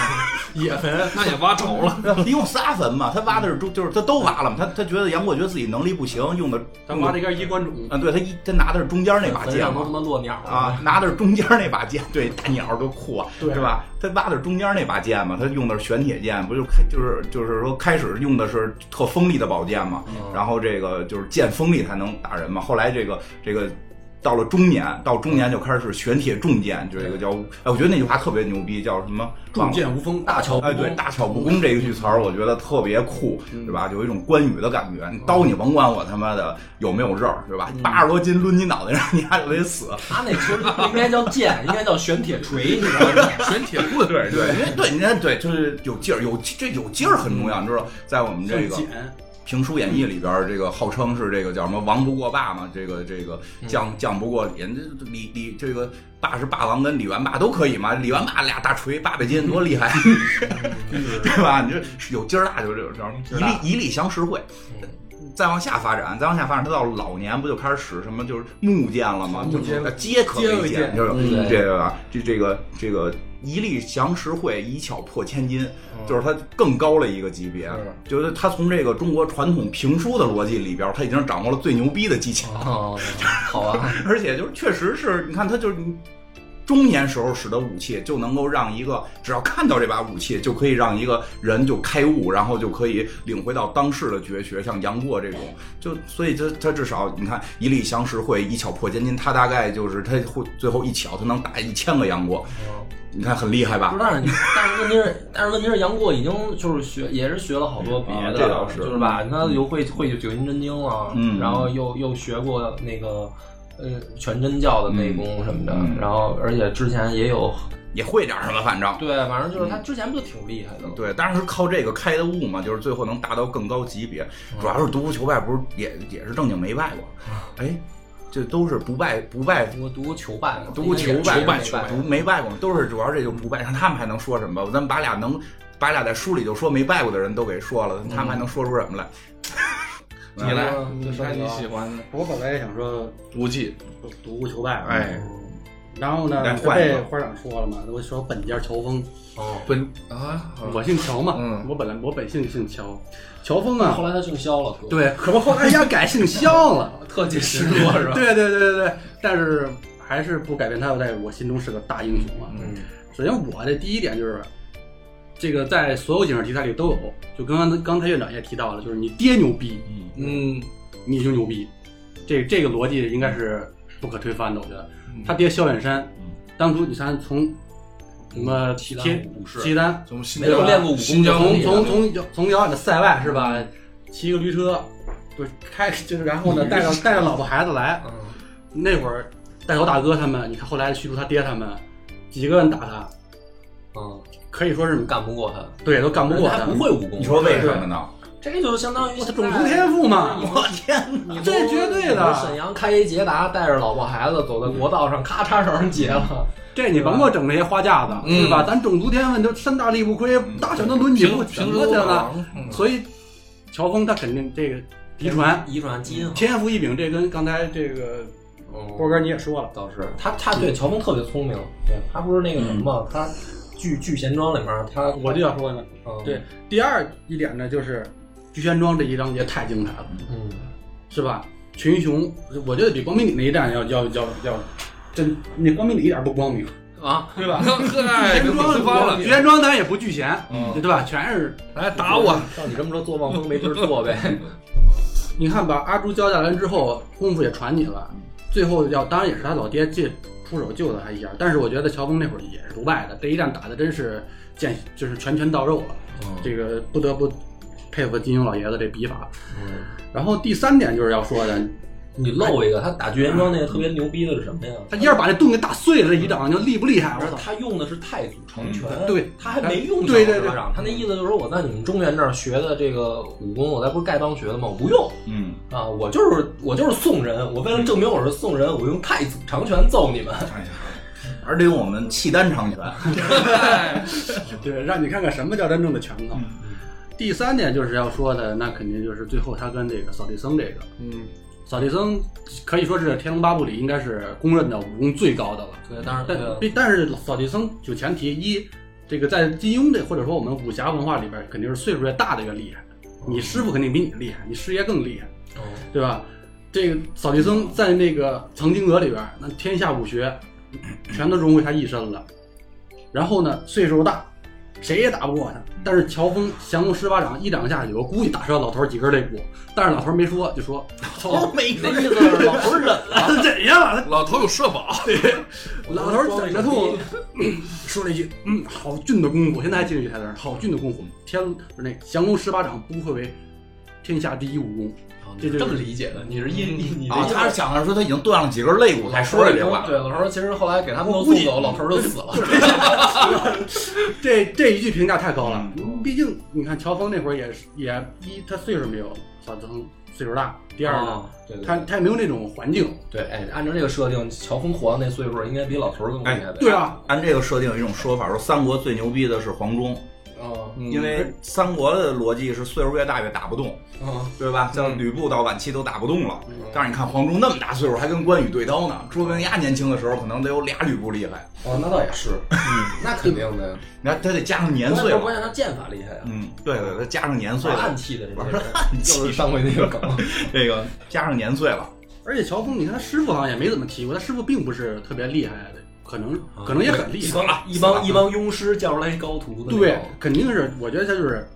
Speaker 4: 野坟，
Speaker 3: 那也挖着 了。
Speaker 2: 一共仨坟嘛，他挖的是都就是他都挖了嘛，他他觉得杨过觉得自己能力不行，用的
Speaker 4: 咱挖这根衣冠冢，
Speaker 2: 啊，对他一他拿的是中间那把
Speaker 1: 坟
Speaker 2: 剑
Speaker 1: 上都
Speaker 2: 嘛
Speaker 1: 他。妈落鸟了
Speaker 2: 啊，拿的是中间那把剑，对，大鸟多酷啊，
Speaker 4: 对
Speaker 2: 是吧？他挖的是中间那把剑嘛，他用的是玄铁剑，不就开就是就是说开始用的是特锋利的宝剑嘛，
Speaker 4: 嗯
Speaker 2: 然后这个就是剑锋利才能打人嘛。后来这个这个到了中年，到中年就开始是玄铁重剑，就这个叫哎，我觉得那句话特别牛逼，叫什么？
Speaker 4: 重剑无锋，大
Speaker 1: 大乔
Speaker 2: 哎，对，大巧不工这一句词儿，我觉得特别酷，对吧？有一种关羽的感觉。刀你甭管我他妈的有没有肉，对吧？八十多斤抡你脑袋上，你还得死。
Speaker 1: 他那其实不应该叫剑，应该叫玄铁锤，你知道吗？
Speaker 3: 玄铁棍，
Speaker 2: 对对，因为对，你看对，就是有劲儿，有这有劲儿很重要，你知道，在我们这个
Speaker 4: 剑，
Speaker 2: 评书演义里边儿，这个号称是这个叫什么“王不过霸”嘛，这个这个
Speaker 4: 嗯
Speaker 2: 将将不过李，这李李这个霸是霸王跟李元霸都可以嘛，李元霸俩大锤八百斤多厉害，
Speaker 4: 嗯
Speaker 2: 对吧？你这有劲儿大就这种叫什么一力一力降十会
Speaker 1: 嗯。
Speaker 2: 再往下发展，再往下发展，他到老年不就开始使什么就是木剑了吗？
Speaker 4: 木
Speaker 2: 就是
Speaker 4: 剑
Speaker 2: 呃皆可
Speaker 4: 皆
Speaker 2: 为
Speaker 4: 为
Speaker 2: 剑，
Speaker 4: 剑
Speaker 2: 就是
Speaker 1: 嗯
Speaker 2: 这个这这个这个一力降十会，一巧破千金，
Speaker 4: 嗯
Speaker 2: 就是他更高了一个级别。啊就是他从这个中国传统评书的逻辑里边，他已经掌握了最牛逼的技巧。
Speaker 1: 哦，好啊，
Speaker 2: 而且就是确实是你看他就是中年时候使的武器，就能够让一个只要看到这把武器，就可以让一个人就开悟，然后就可以领会到当世的绝学，像杨过这种，就所以他他至少你看一力降十会，一巧破千金，他大概就是他会最后一巧，他能打一千个杨过，你看很厉害吧
Speaker 1: 不是，？但是但是问题是，但是问题是，杨过已经就是学，也是学了好多别
Speaker 2: 啊
Speaker 1: 的，
Speaker 2: 这倒是
Speaker 1: 就是吧？他又会会九阴真经了，
Speaker 2: 嗯
Speaker 1: 然后又又学过那个呃全真教的内功什么的，
Speaker 2: 嗯嗯
Speaker 1: 然后而且之前也有，
Speaker 2: 也会点什么，反正。
Speaker 1: 对，反正
Speaker 2: 嗯
Speaker 1: 就是他之前不就挺厉害的吗？
Speaker 2: 对，当然是靠这个开的悟嘛，就是最后能达到更高级别。主要是独孤求败，不是也也是正经没败过，
Speaker 1: 嗯
Speaker 2: 哎，这都是不败不败
Speaker 1: 我独孤求败嘛，
Speaker 2: 独孤求败，
Speaker 1: 嗯应该也是求败，
Speaker 2: 独没败过，都是主要这就不败，让他们还能说什么？咱们把俩能把俩在书里就说没败过的人都给说
Speaker 1: 嗯
Speaker 2: 了，他们还能说出什么来？
Speaker 3: 你来，
Speaker 4: 嗯
Speaker 3: 你看你喜欢的
Speaker 4: 我本来也想说
Speaker 3: 无忌，
Speaker 4: 独孤求败，
Speaker 3: 哎，
Speaker 4: 然后呢
Speaker 2: 来，
Speaker 4: 这
Speaker 2: 换一个
Speaker 4: 被花长说了嘛，我说本家乔峰，
Speaker 1: 哦，
Speaker 3: 本啊，好
Speaker 4: 我姓乔嘛，
Speaker 3: 嗯
Speaker 4: 我本来我本姓姓乔，乔峰
Speaker 1: 后
Speaker 4: 啊，
Speaker 1: 来他姓萧了，哥，
Speaker 4: 对，可不后来家改姓肖了，
Speaker 1: 特技失 落是吧？
Speaker 4: 对对对对对，但是还是不改变他在我心中是个大英雄啊。
Speaker 3: 嗯
Speaker 4: 首先我的第一点就是，这个在所有警察题材里都有，就刚刚刚才院长也提到了，就是你爹牛逼，
Speaker 3: 嗯，
Speaker 4: 你就牛逼，这这个逻辑应该是不可推翻的。我觉得
Speaker 1: 嗯
Speaker 4: 他爹萧远山，
Speaker 3: 嗯
Speaker 4: 当初你看从什么
Speaker 1: 嗯契
Speaker 4: 提
Speaker 1: 丹武士
Speaker 4: 契丹，
Speaker 3: 从新
Speaker 1: 没有
Speaker 3: 疆
Speaker 1: 练过武功
Speaker 3: 新疆
Speaker 1: 功
Speaker 4: 从
Speaker 1: 力
Speaker 4: 从从从遥远的塞外是
Speaker 3: 嗯
Speaker 4: 吧，骑个驴车，就开就是然后呢带着带着老婆孩子来，
Speaker 1: 嗯，
Speaker 4: 那会儿带头大哥他们，你看后来徐庶他爹他们几个人打他，
Speaker 1: 嗯，
Speaker 4: 可以说是
Speaker 1: 干不过他，
Speaker 4: 对都干不过
Speaker 1: 他
Speaker 4: 他，
Speaker 1: 不会武功，
Speaker 2: 你说为什么呢？
Speaker 1: 这就相当于
Speaker 4: 我的
Speaker 1: 现在
Speaker 4: 种族天赋 嘛，
Speaker 2: 我天，
Speaker 1: 你不
Speaker 4: 这绝对的嗯
Speaker 1: 你不沈阳开一捷达，带着老婆孩子走在国道上，咔嚓让人劫了。
Speaker 4: 这你甭给我整这些花架子，
Speaker 3: 嗯
Speaker 4: 对吧？咱种族天分都山大力不亏，大小的抡你不
Speaker 3: 平平时
Speaker 4: 么
Speaker 3: 都
Speaker 4: 去了？
Speaker 3: 忙， 嗯
Speaker 4: 所以乔峰他肯定这个遗传
Speaker 1: 遗传基因
Speaker 3: 嗯
Speaker 1: 好，
Speaker 4: 天赋异禀，这跟刚才这个嗯波哥你嗯也说了，
Speaker 1: 倒是他，他对乔峰特别聪明，对他不是那个什么，他聚聚贤庄里面他
Speaker 4: 嗯我就要说呢。
Speaker 1: 嗯
Speaker 4: 对，第二一点呢，就是聚贤庄这一章节太精彩了，
Speaker 1: 嗯
Speaker 4: 是吧？群雄，我觉得比光明顶那一战要要要要，真那光明顶一点不光明，
Speaker 1: 啊，
Speaker 4: 对吧？
Speaker 3: 呵，哎，
Speaker 4: 聚贤
Speaker 3: 被发
Speaker 4: 庄，
Speaker 3: 了
Speaker 4: 聚，贤庄咱也不聚贤，
Speaker 3: 嗯
Speaker 4: 对吧？全是
Speaker 3: 来打我，
Speaker 1: 照你这么说，做望风没地儿做呗。
Speaker 4: 你看吧，阿朱交代完之后，功夫也传你了，最后要当然也是他老爹借出手救了他一下，但是我觉得乔峰那会儿也是不败的，这一战打的真是见就是拳拳到肉了，这个不得不佩服金庸老爷子这笔法。
Speaker 1: 嗯，
Speaker 4: 然后第三点就是要说的，
Speaker 1: 你漏一个，他
Speaker 4: 嗯
Speaker 1: 打聚贤庄那个特别牛逼的是什么呀？
Speaker 4: 他一下把这盾给打碎了，这一掌就厉不厉害？我操！
Speaker 1: 他用的是太祖长拳，
Speaker 4: 嗯对
Speaker 1: 他还没用
Speaker 4: 对
Speaker 1: 小
Speaker 4: 对
Speaker 1: 手
Speaker 4: 对
Speaker 1: 巴掌他那意思就是说我在你们中原这儿学的这个武功，我在不是丐帮学的吗？我不用，
Speaker 2: 嗯，
Speaker 1: 啊，我就是我就是宋人，我为了证明我是宋人，我用太祖长拳揍你们。
Speaker 2: 哎呀，而且我们契丹长拳，
Speaker 4: 对，让你看看什么叫真正的拳头。第三点就是要说的，那肯定就是最后他跟这个扫地僧这个，
Speaker 3: 嗯，
Speaker 4: 扫地僧可以说是《天龙八部》里应该是公认的武功最高的了。
Speaker 1: 对，当然
Speaker 4: 但
Speaker 1: 对啊
Speaker 4: 但是扫地僧有前提，一这个在金庸这或者说我们武侠文化里边，肯定是岁数越大的越厉害，你师傅肯定比你厉害，你师爷更厉害，
Speaker 1: 哦
Speaker 4: 对吧？这个扫地僧在那个藏经阁里边，那天下武学全都融为他一身了。然后呢，岁数大，谁也打不过他。但是乔峰降龙十八掌，一掌下去，我估计打折老头几根肋骨。但是老头没说，就说：“操，
Speaker 1: 没那意思是老头忍了，
Speaker 4: 怎样了？
Speaker 3: 老头有社保，
Speaker 4: 老头儿整着吐，说了一句：“嗯，好俊的功夫！”现在还记得这台词儿好俊的功夫！天，不是那降龙十八掌不愧为天下第一武功。这就是
Speaker 1: 这嗯么哦理解的，你是印你的
Speaker 2: 啊，他是想着说他已经断了几根肋骨才
Speaker 1: 老
Speaker 2: 说
Speaker 1: 头
Speaker 2: 这
Speaker 1: 儿
Speaker 2: 句话，
Speaker 1: 对，老头儿其实后来给他们都送走，老头儿就死了。
Speaker 4: 这这一句评价太高了。毕竟你看乔峰那会儿也是也一他岁数没有小曾岁数大，第二呢，
Speaker 1: 啊，对对
Speaker 4: 他
Speaker 1: 对
Speaker 4: 他也没有那种环境。
Speaker 1: 对，哎，按照这个设定，乔峰活到那哎岁数，应该比老头儿更厉害呗。
Speaker 4: 对啊，
Speaker 2: 按这个设定有一种说法，说三国最牛逼的是黄忠，
Speaker 4: 啊
Speaker 1: 嗯
Speaker 2: 因为三国的逻辑是岁数越大越打不动，
Speaker 4: 啊，
Speaker 2: 对吧？像吕布到晚期都打不动了，但是你看黄忠那么大岁数还跟关羽对刀呢，说明丫年轻的时候可能得有俩吕布厉害，
Speaker 4: 哦，那倒也是，嗯，那肯定 的呀。
Speaker 2: 那他得加上年岁
Speaker 1: 关
Speaker 2: 了
Speaker 1: 关键他剑法厉害啊，
Speaker 2: 嗯，对对，他加上年岁
Speaker 1: 玩
Speaker 2: 了
Speaker 1: 暗，器的人
Speaker 2: 玩
Speaker 1: 这是
Speaker 2: 暗器
Speaker 1: 就是上回那个梗，
Speaker 2: 这个加上年岁了，
Speaker 4: 而且乔峰，你看他师傅好像也没怎么提过，他师傅并不是特别厉害的，可能可能也很厉害。
Speaker 1: 一帮一 帮庸师叫出来高徒的那种，
Speaker 4: 对，肯定是，我觉得他就是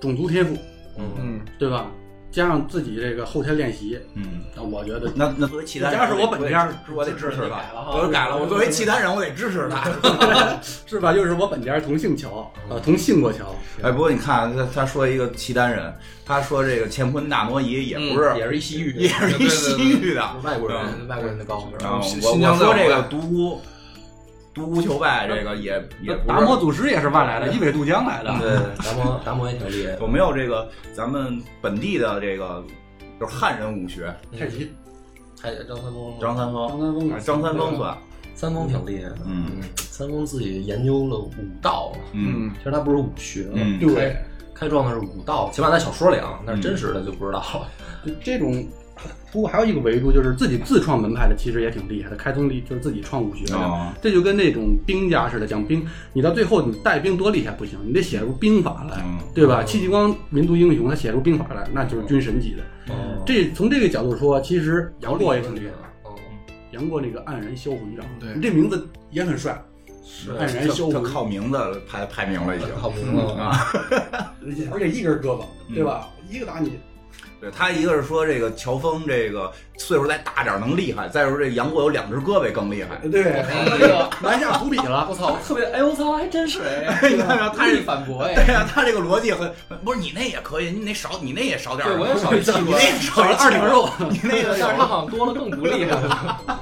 Speaker 4: 种族天赋，
Speaker 1: 嗯，
Speaker 3: 嗯，
Speaker 4: 对吧？加上自己这个后天练习，
Speaker 2: 嗯。
Speaker 4: 那我觉得
Speaker 2: 那那作为契丹人，
Speaker 4: 这要是我本家
Speaker 2: 我得我得支持他
Speaker 1: 改了，哈
Speaker 2: 我改了。我作为契丹人，我得支持他。
Speaker 4: 是吧？就是我本家同姓乔，呃，同姓过乔，
Speaker 2: 哎，不过你看他他说一个契丹人，他说这个乾坤大挪移 也不是
Speaker 1: 也是一西域，
Speaker 2: 嗯也是一西域的。
Speaker 1: 外国人外国人的高徒，
Speaker 2: 啊，
Speaker 3: 新
Speaker 2: 我
Speaker 3: 新
Speaker 2: 我
Speaker 3: 疆
Speaker 2: 说
Speaker 3: 在
Speaker 2: 这
Speaker 3: 我
Speaker 2: 个
Speaker 3: 这
Speaker 2: 独孤独孤求败，这个也也不
Speaker 4: 达
Speaker 2: 是
Speaker 4: 摩祖师也是外来的，一苇渡江来的。
Speaker 2: 对，
Speaker 1: 达摩达摩也挺厉害的
Speaker 2: 有，没有这个咱们本地的这个就是汉人武学？
Speaker 4: 太极，
Speaker 1: 还嗯哦有张三丰，
Speaker 2: 张三丰，
Speaker 4: 张三丰
Speaker 2: 啊张三丰算，
Speaker 1: 三丰挺厉害的，
Speaker 2: 嗯
Speaker 1: 三丰自己研究了武道，啊
Speaker 2: 嗯
Speaker 1: 其实他不是武学，啊
Speaker 2: 嗯
Speaker 4: 对，
Speaker 1: 开创的是武道，起码在小说里啊，但是真实的就不知道了。
Speaker 4: 就这种。不过还有一个维度，就是自己自创门派的，其实也挺厉害的，开宗立就是自己创武学的。
Speaker 2: 哦
Speaker 4: 这就跟那种兵家似的，讲兵，你到最后你带兵多厉害不行，你得写出兵法来，
Speaker 2: 嗯
Speaker 4: 对吧？戚继光民族英雄，他写出兵法来，那就是军神级的。
Speaker 2: 嗯
Speaker 1: 哦
Speaker 4: 这从这个角度说，其实杨过也挺厉害的。
Speaker 1: 哦，
Speaker 4: 杨过那个黯然销魂掌，
Speaker 3: 对
Speaker 4: 你这名字也很帅，
Speaker 1: 是
Speaker 4: 黯然销
Speaker 2: 他
Speaker 4: 魂，
Speaker 2: 靠名字排排名了已经。
Speaker 1: 靠谱了。
Speaker 4: 而且而且一根胳膊，对吧？一个打你，
Speaker 2: 对他一个是说这个乔峰这个岁数再大点儿能厉害，再说这杨过有两只胳膊更厉害。
Speaker 4: 对，这个拿下伏笔了
Speaker 1: 哎我。操，特别，哎呦我操，还真是哎，
Speaker 2: 你看看他
Speaker 1: 他
Speaker 2: 是
Speaker 1: 是反驳哎，
Speaker 2: 对呀、他这个逻辑很不是你那也可以，你那少你那也少点儿，
Speaker 1: 对我也少一器
Speaker 2: 你
Speaker 1: 官
Speaker 2: 那也少一
Speaker 1: 少了二两肉，
Speaker 2: 你那个
Speaker 1: 但是他
Speaker 2: 少。
Speaker 1: 好像多了更不厉害了。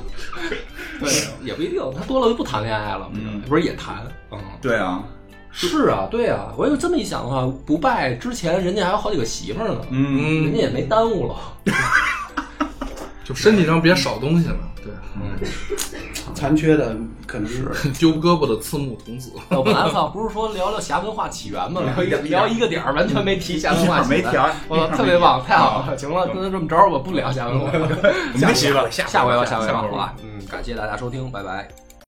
Speaker 1: 对，也不一定，他多了就不谈恋爱了，
Speaker 2: 嗯
Speaker 1: 不是也谈？嗯，
Speaker 2: 对啊，
Speaker 1: 是啊，对啊，我有这么一想的话，不拜之前人家还有好几个媳妇儿呢，
Speaker 2: 嗯，
Speaker 1: 人家也没耽误了。
Speaker 3: 就身体上别少东西了，对，
Speaker 4: 残缺的可能是
Speaker 1: 嗯
Speaker 3: 丢胳膊的刺目童子，
Speaker 1: 我本来操，不是说聊聊侠文化起 源吗？聊一
Speaker 2: 嗯
Speaker 1: 聊一个点儿，完全没提侠文化
Speaker 2: 一点儿
Speaker 1: 起
Speaker 2: 没
Speaker 1: 源。
Speaker 2: 提儿
Speaker 1: 我
Speaker 2: 一点儿没提
Speaker 1: 操特别棒，太好
Speaker 2: 啊
Speaker 1: 了。行了，那这么着吧，我不聊侠文化了。
Speaker 2: 没媳妇了，下
Speaker 1: 下回吧，
Speaker 2: 下
Speaker 1: 下
Speaker 2: 嗯下
Speaker 1: 回吧，好吧。嗯，感谢大家收听，拜拜。